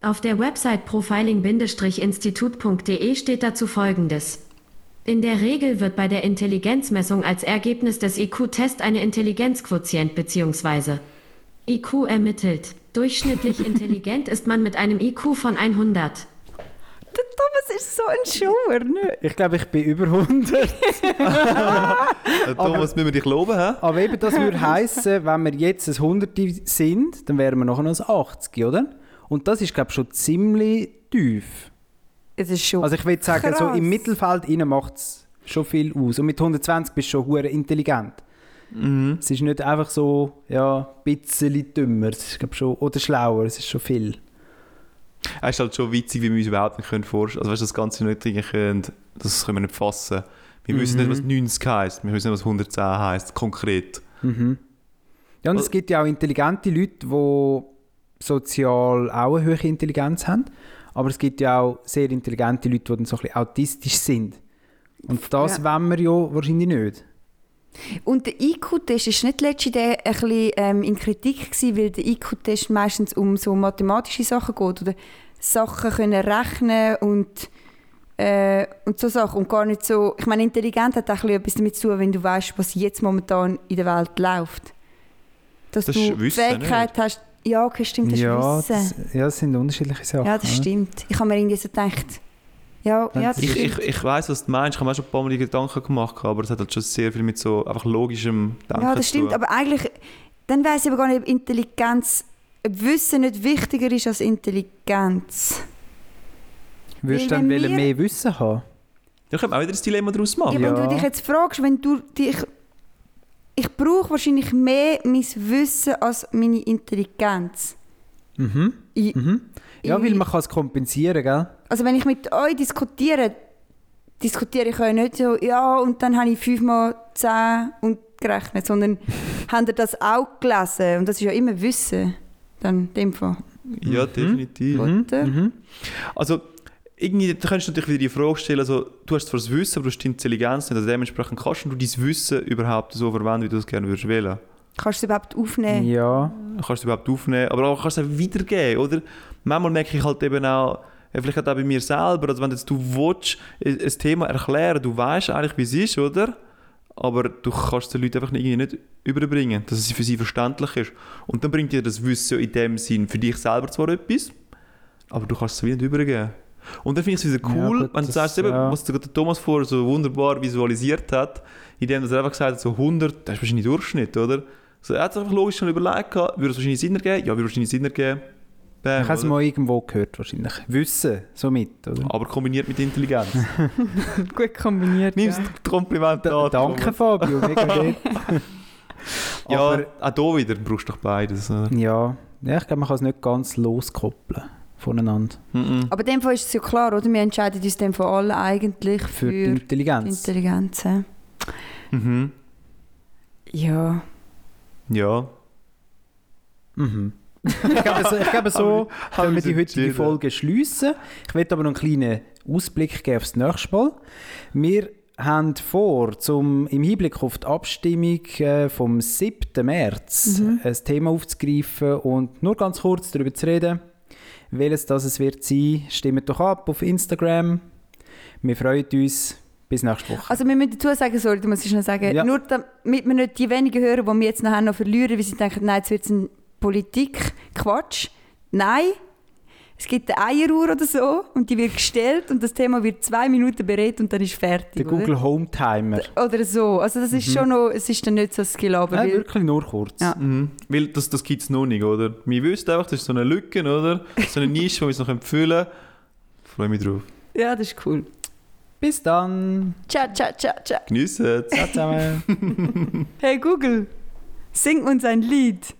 Auf der Website profiling-institut.de steht dazu folgendes. In der Regel wird bei der Intelligenzmessung als Ergebnis des IQ-Tests eine Intelligenzquotient bzw. IQ ermittelt. Durchschnittlich intelligent ist man mit einem IQ von 100. Der Thomas ist so ein Schauer, ne? Ich glaube, ich bin über 100. Äh, Thomas, müssen wir dich loben, hä? Aber eben, das würde heissen, wenn wir jetzt ein 100 sind, dann wären wir nachher noch ein 80, oder? Und das ist, glaube ich, schon ziemlich tief. Es ist schon. Also ich würde sagen, so Oh, Krass. im Mittelfeld innen macht es schon viel aus. Und mit 120 bist du schon hure intelligent. Es ist nicht einfach so, ja, ein bisschen dümmer. Es ist, glaub, schon, oder schlauer, es ist schon viel. Es ist halt schon witzig, wie wir uns überhaupt nicht können vorstellen können. Also, weißt du, das Ganze nicht irgendwie können, das können wir nicht fassen. Wir wissen Mhm. nicht, was 90 heisst, wir wissen nicht, was 110 heisst, konkret. Ja, und Also- es gibt ja auch intelligente Leute, die sozial auch eine hohe Intelligenz haben. Aber es gibt ja auch sehr intelligente Leute, die dann so ein bisschen autistisch sind. Und das Ja. wollen wir ja wahrscheinlich nicht. Und der IQ-Test ist nicht letztens ein bisschen ähm, in Kritik gewesen, weil der IQ-Test meistens um so mathematische Sachen geht oder Sachen können rechnen und äh, und so Sachen und gar nicht so. Ich meine, intelligent hat auch ein bisschen etwas damit zu tun, wenn du weißt, was jetzt momentan in der Welt läuft. dass Das du ist die Wissen, Fähigkeit hast. Ja, okay, stimmt, das ja, ist Wissen. das, ja, das sind unterschiedliche Sachen. Ja, das oder? stimmt. Ich habe mir irgendwie so gedacht, ja, ja das Ich, ich, stimmt. ich weiß, was du meinst. Ich habe mir auch schon ein paar Mal die Gedanken gemacht, aber es hat halt schon sehr viel mit so einfach logischem Denken ja, das zu stimmt. tun. Aber eigentlich, dann weiss ich aber gar nicht, ob Intelligenz, ob Wissen nicht wichtiger ist als Intelligenz. Würdest du Weil dann wenn wollen wir- mehr Wissen haben? Da können wir auch wieder ein Dilemma daraus machen. Ja, wenn Ah, Ja. du dich jetzt fragst, wenn du dich. Ich brauche wahrscheinlich mehr mein Wissen als meine Intelligenz. Mhm. Ich, mhm. Ja, weil ich- man kann es kompensieren, gell? Also wenn ich mit euch diskutiere, diskutiere ich euch nicht so, ja, und dann habe ich fünfmal zehn und gerechnet, sondern habt ihr das auch gelesen? Und das ist ja immer Wissen. Dann in dem Fall. Ja, definitiv. Mhm. Oder? Mhm. Also, irgendwie, da könntest du natürlich wieder die Frage stellen, also, du hast zwar das Wissen, aber du hast die Intelligenz nicht, also dementsprechend kannst du dein Wissen überhaupt so verwenden, wie du es gerne würdest wählen. Kannst du es überhaupt aufnehmen? Ja. Du kannst es überhaupt aufnehmen, aber auch kannst du es auch wiedergeben, oder? Manchmal merke ich halt eben auch, ja, vielleicht halt auch bei mir selber, also wenn jetzt du willst, ein ein Thema erklären, du weißt eigentlich, wie es ist, oder? Aber du kannst es den Leuten einfach irgendwie nicht überbringen, dass es für sie verständlich ist. Und dann bringt dir das Wissen in dem Sinn für dich selber zwar etwas, aber du kannst es wieder nicht übergeben. Und dann finde ich es wieder Ja, cool, gut, wenn du das- sagst, eben, ja. was der Thomas vorher so wunderbar visualisiert hat, indem er einfach gesagt hat, so 100, das ist wahrscheinlich Durchschnitt, oder? So, er hat es einfach logisch schon überlegt, gehabt, würde es wahrscheinlich Sinn ergeben? Ja, würde wahrscheinlich Sinn ergeben. Bam, Ich habe es oder? Ah, mal irgendwo gehört, wahrscheinlich. Wissen, somit, oder? Aber kombiniert mit Intelligenz. Gut kombiniert. Nimmst ja. das Kompliment Da, an. danke, Thomas. Fabio, mega gut. Ja, Aber- auch hier wieder brauchst du doch beides. Oder? ja. ja, ich glaube, man kann es nicht ganz loskoppeln voneinander. Mhm. Aber in dem Fall ist es ja klar, oder? Wir entscheiden uns dann von allen eigentlich Für für, die die Intelligenz. Intelligenz. hä? Mhm. Ja. Ja. Mhm. ich glaube, so, ich glaube, so können wir die heutige entschieden. Folge schliessen. Ich will aber noch einen kleinen Ausblick geben aufs nächste Mal. Wir haben vor, zum, im Hinblick auf die Abstimmung äh, vom 7. März Mhm. ein Thema aufzugreifen und nur ganz kurz darüber zu reden, welches das es wird sein. Stimmt doch ab auf Instagram. Wir freuen uns. Bis nächste Woche. Also wir müssen dazu sagen, sorry, du musst es noch sagen, Ja. nur damit wir nicht die wenigen hören, die wir jetzt noch haben, noch verlieren, weil sie denken, nein, jetzt wird es ein Politik-Quatsch. Nein, es gibt eine Eieruhr oder so und die wird gestellt und das Thema wird zwei Minuten berät und dann ist fertig. der Google Home Timer. Oder? oder so. Also das ist schon noch, es ist dann nicht so das Gelaber. Nein, weil- wirklich nur kurz. Ja. Mhm. Weil das, das gibt es noch nicht, oder? Wir wissen einfach, das ist so eine Lücke, oder? So eine Nische, die wir es noch füllen können. Freue mich drauf. Ja, das ist cool. Bis dann. Ciao, ciao, ciao, ciao. Geniessen es. Ciao zusammen. Hey Google, sing uns ein Lied.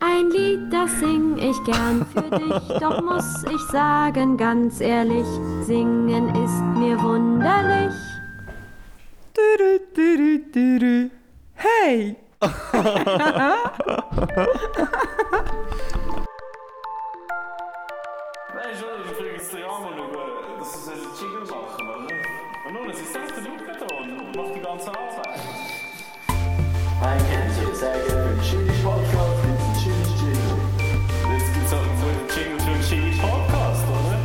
Ein Lied, das sing ich gern für dich, doch muss ich sagen, ganz ehrlich, singen ist mir wunderlich. Dürü, dürü, dürü. Hey! Nein, schon, ich kriege jetzt den Jammer schauen. Das ist ein Jingle machen, oder? ne? Und nun, es ist selbst der Lukaton und macht die ganze Arbeit. I can't say it's that good for Chili's podcast. It's Chili's Jingle. halt Jetzt gibt's auch einen guten Jingle für den Jingle Podcast, oder?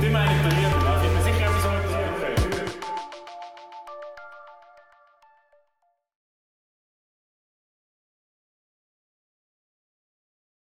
Die meine ich, bei mir